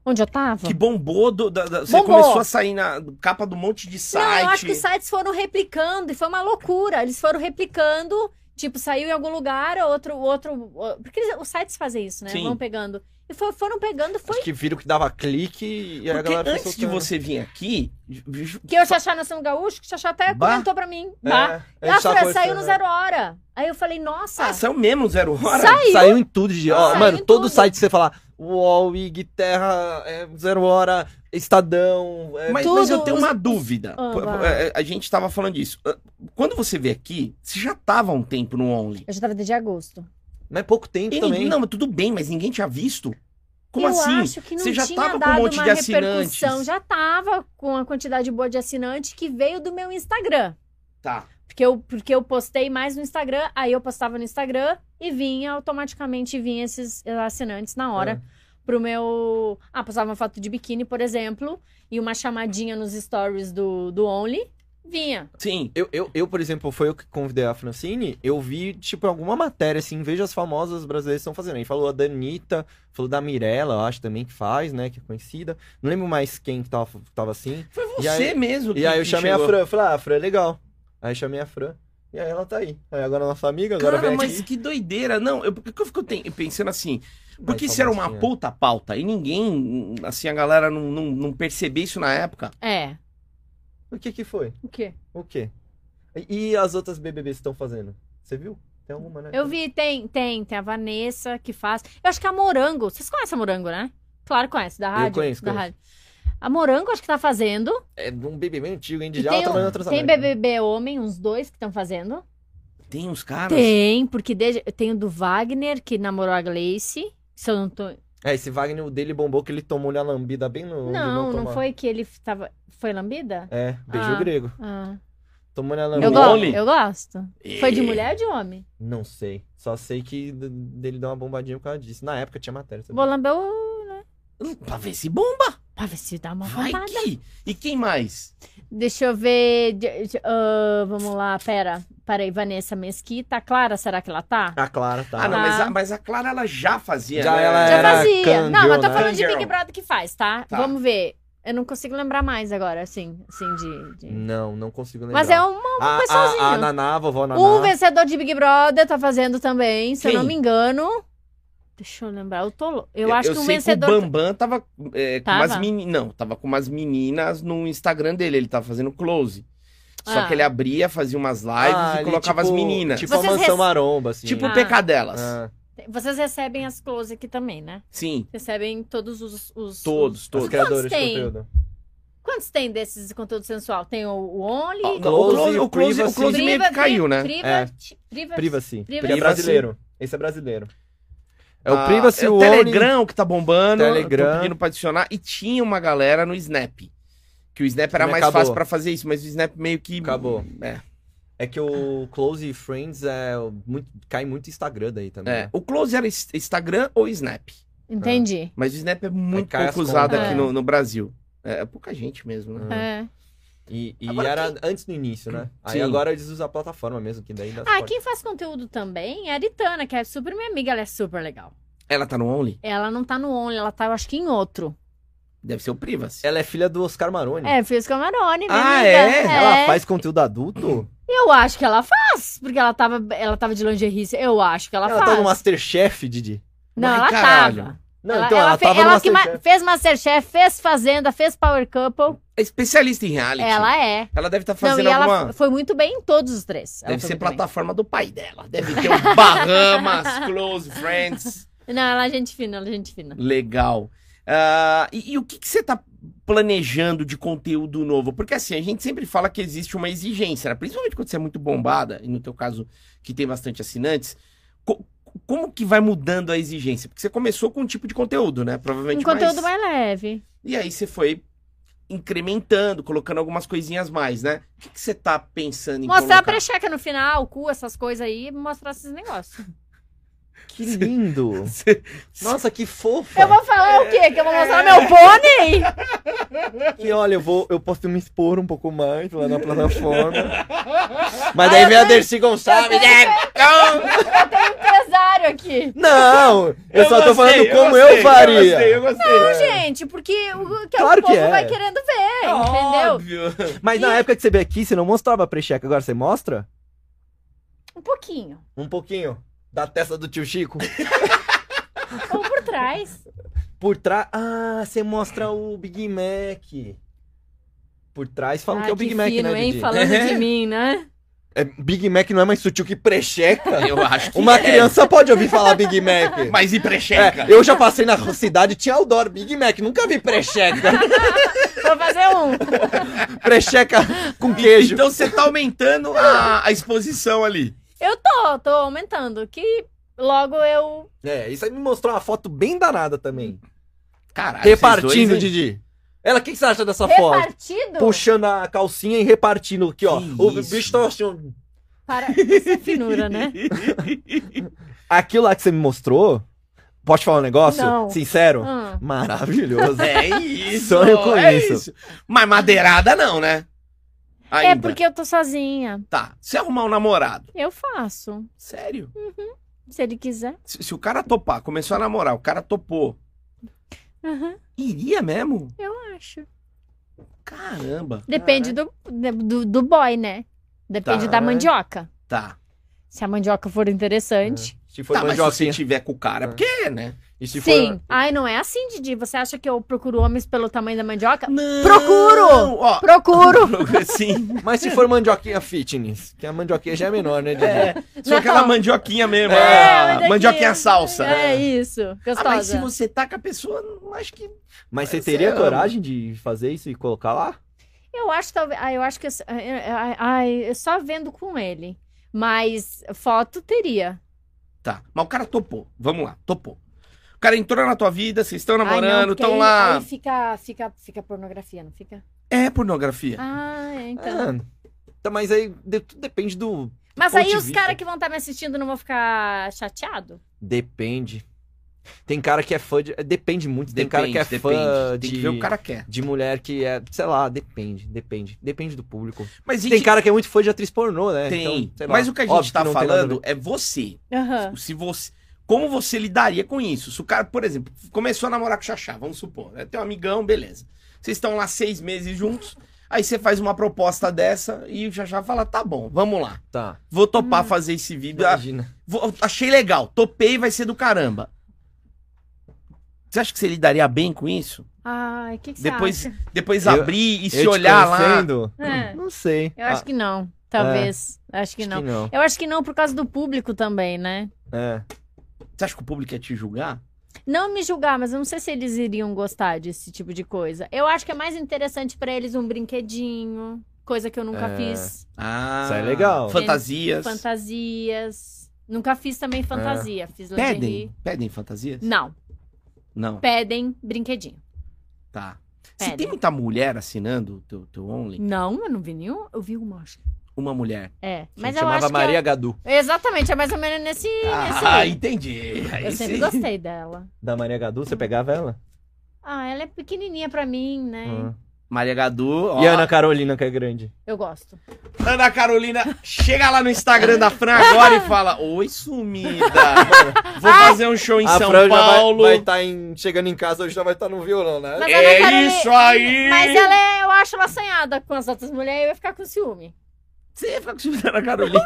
C: Onde eu tava?
A: Que bombou. do- da- da- você
C: Bombou.
A: começou a sair na capa do monte de site.
C: Não, eu acho que os sites foram replicando e foi uma loucura. Eles foram replicando, tipo, saiu em algum lugar, outro, outro, o- porque eles- os sites fazem isso, né?
A: Sim.
C: Vão pegando. E fo- foram pegando, foi
B: Acho que viram que dava clique e a
A: Porque
B: galera foi
A: antes de
B: soltando.
A: você vir aqui, ju-
C: que eu Xaxá Nação Gaúcho, que o Xaxá até
A: Bah.
C: comentou pra mim.
B: É,
C: Bah.
B: é,
C: Ah,
B: só
C: Fran,
B: coisa-
C: saiu no zero hora. Aí eu falei, nossa,
A: Ah, saiu mesmo zero hora?
C: saiu.
B: Saiu em tudo de. Ó,
C: Saiu
B: mano,
C: em
B: todo
C: tudo.
B: site que você falar. UOL, IG, Terra, é, Zero Hora, Estadão. é,
A: Mas,
C: Tudo,
A: mas eu tenho uma
C: os-
A: dúvida.
C: Ah,
A: P- p-
C: vai.
A: é, A gente tava falando disso. Ah, Quando você veio aqui, você já tava há um tempo no Only.
C: eu já tava desde agosto.
B: mas é pouco tempo
A: E
B: também.
A: ninguém- não, mas tudo bem, mas ninguém tinha visto? Como
C: eu
A: assim?
C: acho que não
A: Você já
C: tinha
A: tava com um
C: dado
A: monte
C: uma
A: de assinantes.
C: repercussão. Já tava com a quantidade boa de assinante que veio do meu Instagram.
A: Tá.
C: Porque eu, porque eu postei mais no Instagram, aí eu postava no Instagram e vinha, automaticamente vinha esses eh, assinantes na hora
A: É.
C: pro meu... Ah, postava uma foto de biquíni, por exemplo, e uma chamadinha nos stories do, do Only, vinha.
A: Sim.
B: Eu, eu, eu, por exemplo, foi eu que convidei a Francine, eu vi, tipo, alguma matéria, assim, vejo as famosas brasileiras que estão fazendo. Aí falou a Danita, falou da Mirella, eu acho também que faz, né, que é conhecida. Não lembro mais quem que tava, tava assim.
A: Foi você
B: aí-
A: mesmo
B: E aí eu
A: que
B: chamei
A: chegou.
B: a Fran, falei, ah, a Fran, é legal. Aí eu chamei a Fran, e aí ela tá aí. Aí agora é nossa amiga, agora
A: Cara,
B: vem
A: mas
B: aqui.
A: que doideira. Não, eu, por que eu fico ten- pensando assim? Porque
B: Mas
A: isso era uma
B: famosinha.
A: puta pauta e ninguém, assim, a galera não, não, não percebeu isso na época.
C: É.
B: O que que foi?
C: O quê?
B: O quê? E e as outras BBBs estão fazendo? Você viu? Tem alguma, né?
C: Eu vi, tem, tem, tem a Vanessa que faz. Eu acho que a Morango, vocês conhecem a Morango, né? Claro, que conhece, da rádio.
B: conheço,
C: da
B: conheço.
C: rádio. A Morango acho que tá fazendo.
B: É um BBB antigo, hein? De
C: E
B: já
C: tem
B: tá
C: um-
B: mais outra
C: Tem BBB homem, uns dois que estão fazendo?
A: Tem uns
B: Ah,
A: caras.
C: Tem, porque desde... tem o do Wagner, que namorou a Gleice. Se eu não tô...
B: É, esse Wagner, o dele bombou que ele tomou-lhe a lambida bem no... onde
C: Não, não,
B: tomar.
C: foi que ele tava... Foi lambida?
B: É, beijo
C: Ah.
B: grego.
C: Ah.
B: Tomou-lhe a lambida.
C: Eu,
A: Não.
C: go...
A: Olhe.
C: eu gosto. Foi de
A: E-
C: mulher ou de homem?
B: Não sei. Só sei que d- dele deu uma bombadinha por causa disso. Na época tinha matéria. Sobre...
C: Vou lamber o...
A: hum, Pra ver se bomba.
C: Pra ver se dá uma
A: Vai
C: roubada.
A: que. E quem mais?
C: Deixa eu ver... de- de- ah, vamos lá, pera. Peraí, Vanessa Mesquita. Clara, será que ela tá?
B: A Clara tá.
A: Ah, não,
C: Ah.
A: mas a, mas a Clara ela já fazia.
B: Já
A: né?
B: ela
C: Já
B: era
C: fazia.
B: Kangirl,
C: não, mas tô
B: né?
C: falando de
A: Kangirl.
C: Big Brother que faz, tá?
A: Tá.
C: Vamos ver. Eu não consigo lembrar mais agora, assim, assim de... de-
B: Não, não consigo lembrar.
C: Mas é uma...
B: a,
C: pessoazinha.
B: a, a Naná, a vovó Naná.
C: Um vencedor de Big Brother tá fazendo também, se eu não
A: Quem?
C: me engano. Deixa eu lembrar. Eu, tô... lou- eu acho que um
A: sei
C: vencedor...
A: o Bambam tava, é, com
C: Tava?
A: umas meninas. Não, tava com umas meninas no Instagram dele. Ele tava fazendo close. Só
C: Ah.
A: que ele abria, fazia umas lives
B: Ah,
A: e
B: ele,
A: colocava
B: tipo-
A: as meninas. Tipo,
B: Tipo a
C: Vocês
B: mansão
C: rece-
B: maromba, assim.
A: tipo
C: Ah.
A: pecadelas.
B: Ah,
C: Vocês recebem as close aqui também, né?
A: Sim,
C: Recebem todos os... os-
A: todos,
B: os
A: todos.
B: criadores de
C: tem?
B: conteúdo.
C: Quantos tem desses de conteúdo sensual? Tem o, o Only...
A: Não,
B: Close,
A: o close, o close, o
B: privacy.
A: close meio que caiu, né?
C: Priva,
B: É.
C: priva,
B: Privacy.
C: Privacy.
B: Ele é brasileiro. Esse é brasileiro. É o
A: Ah,
B: Privacy,
A: é
B: o
A: o
B: Only-
A: Telegram que tá bombando.
B: Telegram.
A: Tô pedindo pra adicionar. E tinha uma galera no Snap. Que o Snap era
B: Mas
A: mais
B: acabou.
A: fácil pra fazer isso, mas o Snap meio que.
B: Acabou.
A: É.
B: É que o Close Friends é muito, cai muito Instagram daí também.
A: é.
B: né?
A: O Close era is- Instagram ou Snap?
C: Entendi.
A: Mas o Snap é muito
B: cai as
A: pouco usado
C: contas.
A: aqui
C: É.
A: no, no Brasil. É, é pouca gente mesmo, né?
C: É.
B: E, e
A: Agora
B: era antes no início, né? Aí
A: Sim.
B: agora eles usam a plataforma mesmo, que daí dá
C: Ah,
B: suporte.
C: quem faz conteúdo também é a Aritana, que é super minha amiga, ela é super legal.
A: Ela tá no Only?
C: Ela não tá no Only, ela tá, eu acho que em outro.
A: Deve ser o Privacy.
B: Ela é filha do Oscar Maroni.
C: É, fez Camarone, minha
A: Ah,
C: amiga.
A: é?
B: Ela faz conteúdo adulto?
C: Eu acho que ela faz, porque ela tava, ela tava de lingerie. Eu acho que ela,
B: Ela
C: faz.
B: tá no Masterchef, Didi.
C: Não,
A: Ai,
C: ela
A: caralho.
C: tava.
B: Não, então ela,
C: fe-
B: tava no
C: ela que
B: Masterchef.
C: ma- fez Masterchef, fez Fazenda, fez Power Couple.
A: É especialista em reality.
C: Ela é.
A: Ela deve estar
C: Não,
A: Tá fazendo
C: e ela
A: alguma.
C: f- foi muito bem em todos os três. Ela
A: Deve
C: foi
A: ser
C: muito bem.
A: plataforma do pai dela. Deve ter o Bahamas, Close Friends.
C: Não, ela é gente fina, ela é gente fina.
A: Legal. Ah, e, e o que, que você tá planejando de conteúdo novo? Porque assim, a gente sempre fala que existe uma exigência, né? principalmente quando você é muito bombada, e no teu caso, que tem bastante assinantes. Co- como que vai mudando a exigência? Porque você começou com um tipo de conteúdo, né? Provavelmente
C: Um conteúdo
A: mais...
C: mais leve.
A: E aí você foi incrementando, colocando algumas coisinhas mais, né? O que, que você tá pensando em
C: Mostrar a
A: colocar?
C: precheca no final, o cu, essas coisas aí, mostrar esses negócios.
B: Que lindo. Nossa, que fofa.
C: Eu vou falar o quê? Que eu vou mostrar meu pônei?
B: Que olha, eu, vou, eu posso me expor um pouco mais lá na plataforma.
C: Ah,
B: Mas daí vem a Dercy Gonçalves.
C: Empresário aqui.
B: Não, eu, só tô falando como eu, faria.
A: Eu gostei, eu
C: Não,
A: gostei.
C: gente, porque o que
B: Claro
C: o
B: que
C: povo
B: é.
C: vai querendo ver, entendeu?
A: Óbvio.
B: Mas na época que você veio aqui, você não mostrava a precheca, agora você mostra?
C: Um pouquinho.
B: Um pouquinho. Da testa do tio Chico.
C: Ou por trás.
B: Por trás. Ah, você mostra o Big Mac. Por trás falam
C: Ai,
B: que é o Big Mac,
C: fino,
B: né,
C: hein?
B: Didi?
C: Falando
A: É.
C: de mim, né?
B: É, Big Mac não é mais sutil que precheca.
A: Eu acho que
B: Uma
A: é.
B: criança pode ouvir falar Big Mac.
A: Mas e
B: É,
A: precheca?
B: eu já passei na cidade, tinha Aldor, Big Mac, nunca vi precheca.
C: Vou fazer um.
B: precheca com queijo.
A: Então você tá aumentando a, a exposição ali.
C: Eu tô, tô aumentando. Que logo eu.
B: É, isso aí me mostrou uma foto bem danada também.
A: Caralho,
B: repartindo,
A: vocês dois, hein?
B: Didi. Ela, o que, que você acha dessa foto?
C: Repartido?
B: Puxando a calcinha e repartindo aqui, ó.
A: Que
B: o
A: isso.
B: bicho tá assim. ó.
C: Para. Essa finura, né?
B: Aquilo lá que você me mostrou, posso te falar um negócio?
C: Não.
B: Sincero?
C: Hum.
B: Maravilhoso.
A: É isso.
B: Sonho com
A: é
B: isso.
A: Mas madeirada não, né? Ainda.
C: É porque eu tô sozinha.
A: Tá, se arrumar um namorado,
C: Eu faço.
A: sério.
C: Se ele quiser.
A: Se, se o cara topar, começou a namorar, o cara topou,
C: Aham,
A: iria mesmo?
C: eu acho.
A: Caramba.
C: Depende do, do, do boy, né? Depende
A: Tá.
C: da mandioca.
A: Tá.
C: Se a mandioca for interessante.
B: Se for
A: Tá, mas se você
B: mandioquinha.
A: tiver com o cara, é porque, né?
B: E se
C: Sim.
B: for.
C: Ai, não é assim, Didi. Você acha que eu procuro homens pelo tamanho da mandioca?
A: Não,
C: Procuro!
A: Ó,
C: Procuro!
A: Sim.
B: Mas se for mandioquinha fitness, que a mandioquinha já é menor, né, Didi?
A: É, só
C: Não.
A: aquela mandioquinha mesmo.
B: É,
A: a-
C: mas daqui-
A: mandioquinha salsa.
C: É isso. Gostosa.
A: Ah, mas se você tá com a pessoa, não acho que.
B: Mas é,
A: Mas
B: você
A: você
B: teria
A: ama.
B: coragem de fazer isso e colocar lá?
C: Eu acho talvez. ah, Eu acho que. eu- Ai, ai, eu só vendo com ele. Mas foto teria.
A: Tá. Mas o cara topou. Vamos lá, topou. O cara entrou na tua vida, vocês estão
C: Ai, não,
A: namorando,
C: porque
A: estão
C: aí-
A: lá.
C: Aí fica, fica, fica pornografia, não fica?
A: É pornografia.
C: Ah, é, então.
B: Ah, tá, mas aí de- tudo depende do.
C: Mas
B: ponto
C: aí
B: de
C: os
B: vista.
C: caras que vão estar me assistindo não vão ficar chateado?
B: Depende. Tem cara que é fã de. Depende muito. Tem
A: Depende,
B: cara que é fã
A: depende. Tem
B: de.
A: que ver o cara quer.
B: De mulher que é. Sei lá, depende. Depende. Depende do público.
A: Mas a gente
B: Tem cara que é muito fã de atriz pornô, né?
A: tem.
B: Então, sei lá.
A: Mas o que a gente
B: Óbvio
A: tá
B: não tem nada a
A: falando é você.
C: Aham.
A: Se você. Como você lidaria com isso? Se o cara, por exemplo, começou a namorar com o Xaxá, vamos supor, né? Tem um amigão, beleza. Vocês estão lá seis meses juntos, aí você faz uma proposta dessa e o Xaxá fala: tá bom, vamos lá.
B: ver. Tá.
A: Vou
C: Hum.
A: topar fazer esse vídeo. Ah,
B: Imagina.
A: vou- achei legal, topei, vai ser do caramba. Você acha que você lidaria bem com isso?
C: Ai, o que, que
A: Depois-
C: você acha?
A: Depois
B: Eu-
A: abrir e
B: Eu
A: se
B: te
A: olhar lá.
B: conhecendo?
C: É.
B: Não sei.
C: Eu acho
B: Ah,
C: que não. Talvez. Acho que não. Eu acho que não por causa do público também, né?
B: É.
A: Você acha que o público ia te julgar?
C: Não me julgar, mas eu não sei se eles iriam gostar desse tipo de coisa. Eu acho que é mais interessante pra eles um brinquedinho, coisa que eu nunca
B: É.
C: fiz.
A: Ah,
B: Isso é legal.
A: Fantasias.
C: Fantasias. Nunca fiz também fantasia. Fiz lingerie.
A: Pedem? Pedem fantasias?
C: Não,
A: Não.
C: pedem brinquedinho.
A: Tá. Você
C: Pedem.
A: tem muita mulher assinando o teu, teu Only?
C: Não, eu não vi nenhum. Eu vi uma, acho. que-
A: Uma mulher.
C: É,
B: A
C: mas
B: gente
C: eu
B: chamava
C: acho
B: Maria Gadu.
C: que... Eu... Exatamente, é mais ou menos nesse... nesse
A: ah,
C: aí.
A: entendi. Aí
C: Eu sempre
A: sim.
C: gostei dela.
B: Da Maria Gadu, você pegava ela?
C: Ah, ela é pequenininha pra mim, né?
B: Ah.
A: Maria Gadu, ó.
B: E a Ana Carolina, que é grande.
C: Eu gosto.
A: Ana Carolina, chega lá no Instagram da Fran agora e fala: Oi, sumida. Vou fazer um show em São Paulo.
B: vai estar chegando em casa hoje, já vai estar no violão, né?
C: Mas
A: É
C: a Ana Carolina- é
A: isso aí!
C: Mas ela é, eu acho ela assanhada com as outras mulheres e eu ia ficar com ciúme.
A: Você fica com ciúme da Ana Carolina?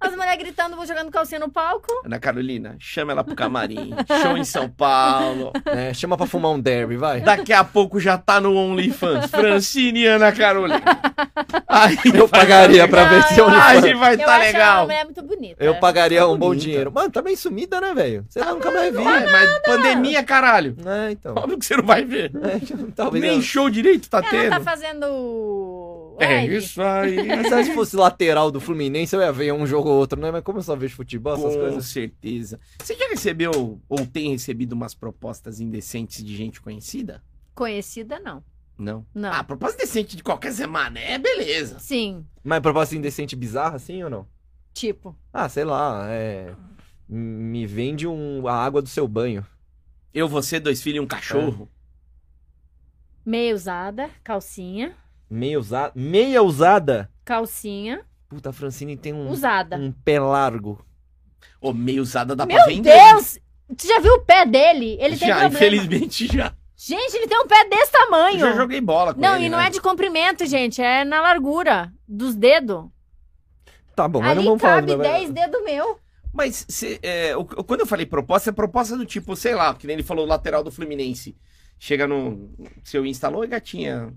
C: As mulheres gritando, vou jogando calcinha no palco.
A: Ana Carolina, chama ela pro camarim. Show em São Paulo.
B: É, chama pra fumar um derby, vai.
A: Daqui a pouco já tá no OnlyFans. Francine e Ana Carolina. Aí
B: Eu
C: tá
B: pagaria pra ver se eu
A: Ai, gente, vai
C: eu
A: tá
C: acho ela uma
A: legal.
C: mulher muito bonita.
B: Eu pagaria
A: Tá
B: um bom
A: bonita.
B: dinheiro. Mano, tá meio sumida, né, velho? Você
C: Tá
B: lá nunca mais vi.
A: Vai, mas pandemia, caralho.
B: É, então.
A: Óbvio que você não vai ver.
B: É, talvez
A: Nem
B: não.
A: show direito tá
C: Ela tá
A: tendo.
C: fazendo.
A: É
C: live.
A: isso aí.
B: Mas se fosse lateral do Fluminense, eu ia ver um jogo ou outro, né? Mas como eu só vejo futebol, essas
A: Com
B: coisas.
A: certeza. Você já recebeu ou tem recebido umas propostas indecentes de gente conhecida?
C: Conhecida, não.
A: Não.
C: Não.
A: Ah, proposta decente de qualquer Zé Mané, beleza.
C: Sim,
B: Mas proposta indecente bizarra, assim ou não?
C: tipo.
B: Ah, sei lá, é. Me vende um... a água do seu banho.
A: Eu, você, dois filhos e um cachorro.
C: Meia usada, calcinha.
B: Meia usada. Meia usada?
C: Calcinha
B: Puta, a Francine tem
A: Hum.
B: um,
C: usada.
B: um pé largo.
A: Ô, meio usada dá
C: É. Meu
A: pra vender.
C: Deus! Você já viu o pé dele? Ele tem
A: já,
C: problema.
A: infelizmente já.
C: Gente, ele tem um pé desse tamanho.
A: Já joguei bola com
C: Não,
A: ele.
C: e não
A: né?
C: é de comprimento, gente. É na largura dos dedos.
B: Tá bom, mas
C: Ali
B: não vamos falar.
C: cabe
B: do meu-
C: 10 dedos meu.
A: Mas cê, é, o- o- quando eu falei proposta, é proposta do tipo, sei lá, que nem ele falou lateral do Fluminense. Chega no seu Insta, "Oi, gatinha.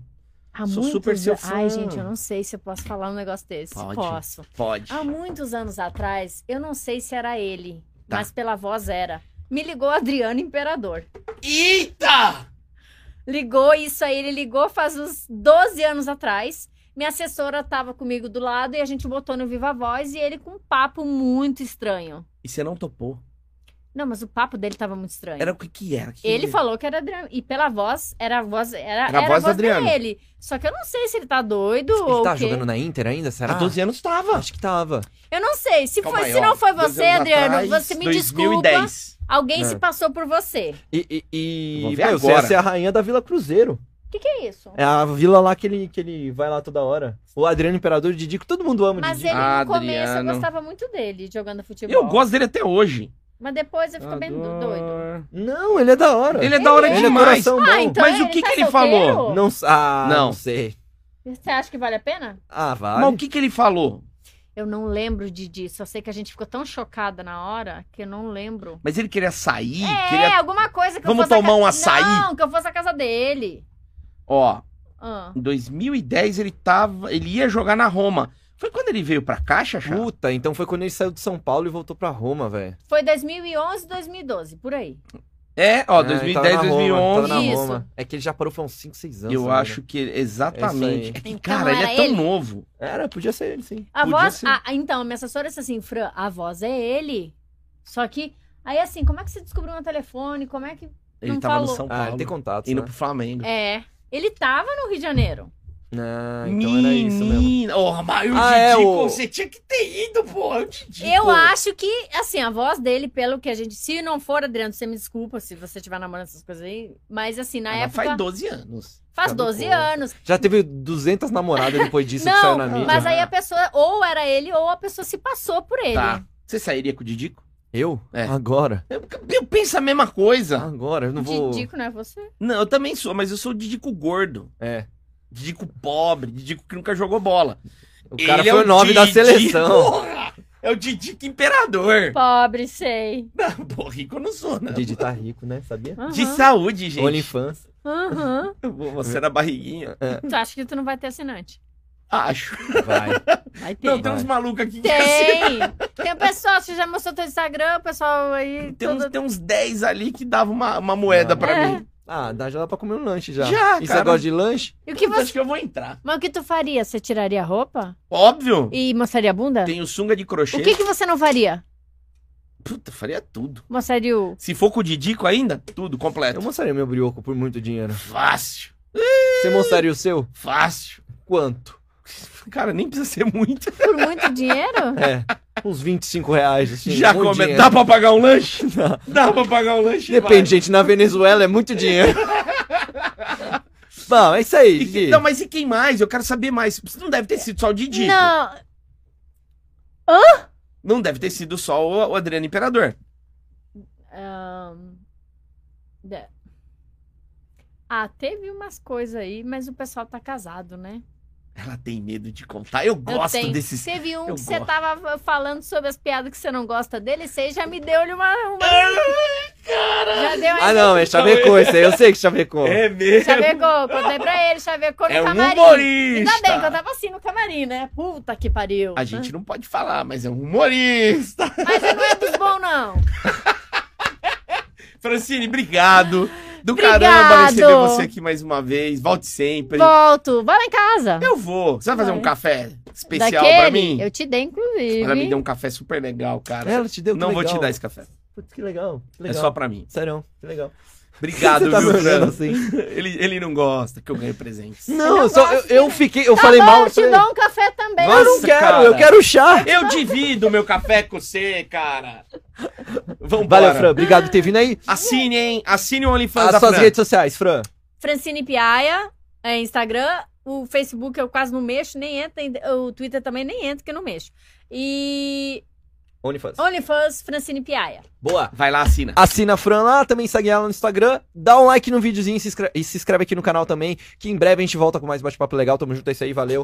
C: Há
A: Sou
C: muitos
A: super seu
C: an-
A: fã.
C: Ai, gente, eu não sei se eu posso falar um negócio desse.
A: Pode.
C: Posso.
A: Pode.
C: Há muitos anos atrás, eu não sei se era ele,
A: Tá.
C: mas pela voz era. Me ligou Adriano Imperador.
A: Eita!
C: Ligou isso aí, ele ligou faz uns 12 anos atrás. Minha assessora tava comigo do lado e a gente botou no Viva Voz e ele com um papo muito estranho.
A: E você não topou.
C: Não, mas o papo dele tava muito estranho.
A: Era o que que era? Que-
C: Ele falou que era Adriano. E pela voz, era a voz, era,
A: Era a voz do Adriano.
C: dele. Só que eu não sei se ele tá doido
B: Ele
C: ou
B: tá
C: o quê.
B: jogando na Inter ainda? Será?
A: Há 12 anos tava.
B: Acho que tava.
C: Eu não sei. Se,
A: Calma
C: foi,
A: aí,
C: se
A: ó.
C: não foi
A: Dois
C: você,
A: anos
C: Adriano,
A: atrás,
C: você me desculpa.
A: 2010.
C: Alguém
B: É.
C: se passou por você.
B: E, e, e-
A: Vou ver
B: meu,
A: agora.
B: você é a rainha da Vila Cruzeiro.
C: O que, que é isso?
B: É a vila lá que ele, que ele vai lá toda hora. O Adriano Imperador, o Didico, todo mundo ama o
C: Mas é-
B: Didico.
C: ele no
A: Adriano.
C: começo eu gostava muito dele jogando futebol.
A: Eu gosto Ah, dele até hoje.
C: Mas depois eu fico bem do- doido.
B: Não, ele é da hora.
A: Ele é da hora
C: Ele
B: Ele é
A: demais.
B: coração bom.
C: Ah, então
A: Mas o que
C: tá
A: que ele
C: solteiro?
A: falou?
B: Não, s- ah, não.
A: Não.
B: sei.
C: Você acha que vale a pena?
B: Ah,
A: Mas o
B: vale.
A: que que ele falou?
C: Eu não lembro de disso. Eu sei que a gente ficou tão chocada na hora que eu não lembro.
A: Mas ele queria sair,
C: É,
A: queria...
C: alguma coisa que
A: Vamos
C: eu fosse.
A: tomar
C: a
A: um açaí?
C: Não, que eu fosse à casa dele.
A: Ó,
C: Ah.
A: em 2010 ele tava... Ele ia jogar na Roma. Foi quando ele veio pra cá, Xaxá?
B: Puta, então foi quando ele saiu de São Paulo e voltou pra Roma, velho.
C: Foi 2011, 2012, por aí.
A: É, ó,
B: Ah, ele
A: 2010,
B: tava na Roma, tava
A: 2011.
B: na
C: Isso.
B: Roma. É que ele já parou foi uns 5, 6 anos.
A: Eu
B: né,
A: acho que... Exatamente.
B: É isso
A: É,
B: aí.
A: que,
C: Então
A: cara, ele
C: era
A: é tão
C: ele?
A: novo.
B: né? Era, podia ser ele, sim.
C: A
A: Podia
C: voz.
A: ser.
C: a- a- então, a minha assessora disse assim, Fran, a voz é ele. Só que. Aí assim, como é que você descobriu no telefone? Como é que.
A: Ele
C: Não
A: tava no
C: falou.
A: São
B: Ah, ele
A: Paulo.
B: tem contatos,
A: indo
B: né?
A: pro Flamengo.
C: É. Ele tava no Rio de Janeiro.
B: Ah, então era isso mesmo.
A: Menina, Ó, mas o
B: Ah, é,
A: Didico,
B: o-
A: você tinha que ter ido, pô. O Didico.
C: Eu acho que, assim, a voz dele, pelo que a gente. Se não for, Adriano, você me desculpa se você estiver namorando essas coisas aí. Mas, assim, na
A: Ah, mas
C: época.
A: Faz
C: Faz,
A: 12 anos.
C: 12
A: Caducou.
C: anos.
B: Já teve 200 namoradas depois disso que saiu na mídia.
C: mas aí a pessoa. Ou era ele, ou a pessoa se passou por ele.
A: Ah. Tá. Você sairia com o Didico?
B: Eu?
A: É. Tá.
B: Agora?
A: Eu, eu penso a mesma coisa.
B: Agora, eu não vou...
C: Didico, não é você?
A: Não, eu também sou, mas eu sou o Didico gordo.
B: É.
A: Didico pobre, Didico que nunca jogou bola.
B: O cara
A: Ele é
B: foi o 9 da
A: Didico-
B: seleção.
A: Porra! É o Didico imperador.
C: Pobre, sei.
A: Não, pô, rico eu não sou, não.
B: O
C: Uhum.
B: Didi tá rico, né? Sabia?
C: Aham.
A: De saúde, gente.
B: OnlyFans.
C: Aham.
A: Eu vou- Você na barriguinha.
C: Tu acha que tu não vai ter assinante?
A: Acho.
B: Vai.
C: Vai ter.
A: Não, tem
B: Vai.
A: uns malucos aqui que
C: Tem! Tem o pessoal, você já mostrou teu Instagram, o pessoal aí.
A: Tem
C: todo-
A: uns, tem uns 10 ali que dava uma, uma moeda
B: Não.
A: pra
C: É.
A: mim.
B: Ah, dá já dá pra comer um lanche já.
A: Já, cara.
B: E você gosta de lanche?
C: E o que você.
A: Acho que eu vou entrar.
C: Mas o que tu faria? Você tiraria a roupa?
A: Óbvio.
C: E mostraria a bunda?
A: Tenho sunga de crochê.
C: O que, que você não faria?
A: Puta, faria tudo.
C: Mostraria o.
A: Se for com o Didico ainda, tudo completo.
B: Eu mostraria meu brioco por muito dinheiro.
A: Fácil.
B: Você mostraria o seu?
A: Fácil.
B: Quanto?
A: Cara, nem precisa ser muito.
C: Por muito dinheiro?
B: É, uns 25 reais. Assim,
A: Já
B: muito
A: come...
B: dinheiro.
A: Dá pra pagar um lanche? Dá pra pagar um lanche?
B: Depende, gente. Na Venezuela é muito dinheiro. Bom, é isso aí,
A: vai. E que-
B: Didi.
A: Não, mas e quem mais? Eu quero saber mais. Isso Não deve ter sido só o Didico.
C: Não.
A: Não deve ter sido só o o Adriano Imperador.
C: Ahn, de- Ah, teve umas coisas aí, mas o pessoal tá casado, né?
A: Ela tem medo de contar. Eu gosto
C: tenho.
A: desses.
C: Teve um
A: Eu
C: que você
A: gosto.
C: tava falando sobre as piadas que você não gosta dele, você já me deu-lhe uma. uma... Já deu
B: Ah,
C: aí.
B: não, é chavecou isso aí. Eu sei que chavecou.
A: É mesmo.
C: Chavecou, contei pra ele, chavecou no
A: É um
C: camarim.
A: humorista.
C: Ainda bem que eu tava assim no camarim, né? Puta que pariu.
A: A gente não pode falar, mas é um humorista.
C: Mas ele não é dos bons, não.
A: Francine, obrigado. Do
C: Obrigado.
A: caramba receber você aqui mais uma vez. Volte sempre.
C: Volto, vai lá em casa.
A: Eu vou. Você vai fazer
C: Vai.
A: um café especial
C: Daquele,
A: pra mim?
C: Eu te dei, inclusive.
A: Ela me deu um café super legal, cara.
B: Ela te É, deu que
A: não vou
B: legal.
A: te dar esse café.
B: Putz, que legal.
A: É
B: Que legal.
A: só pra mim.
B: Sério, que legal.
A: Obrigado,
B: Você tá me
A: viu,
B: olhando
A: Fran?
B: assim?
A: Ele, ele não gosta que eu ganhe presentes.
B: Não,
C: não
B: eu só, eu,
C: gosto,
B: eu
C: né?
B: fiquei, eu
C: Tá
B: falei
C: bom,
B: mal.
C: eu te
B: falei,
C: dou um café também.
B: Eu não
A: Nossa,
B: quero,
A: cara.
B: eu quero chá.
A: Eu divido meu café com você, cara. Vamos
B: Valeu, Fran. Obrigado por ter vindo aí.
A: Assine, hein? Assine o OnlyFans da
B: As suas
A: Fran.
B: redes sociais, Fran.
C: Francine Piaia, é, Instagram. O Facebook eu quase não mexo, nem entra. O Twitter também nem entra, que eu não mexo. E
B: OnlyFans.
C: OnlyFans Francine Piaia.
B: Boa.
A: Vai lá, assina.
B: Assina a Fran lá, também segue ela no Instagram, dá um like no videozinho e se, inscre- e se inscreve aqui no canal também, que em breve a gente volta com mais bate-papo legal. Tamo junto, é isso aí, valeu.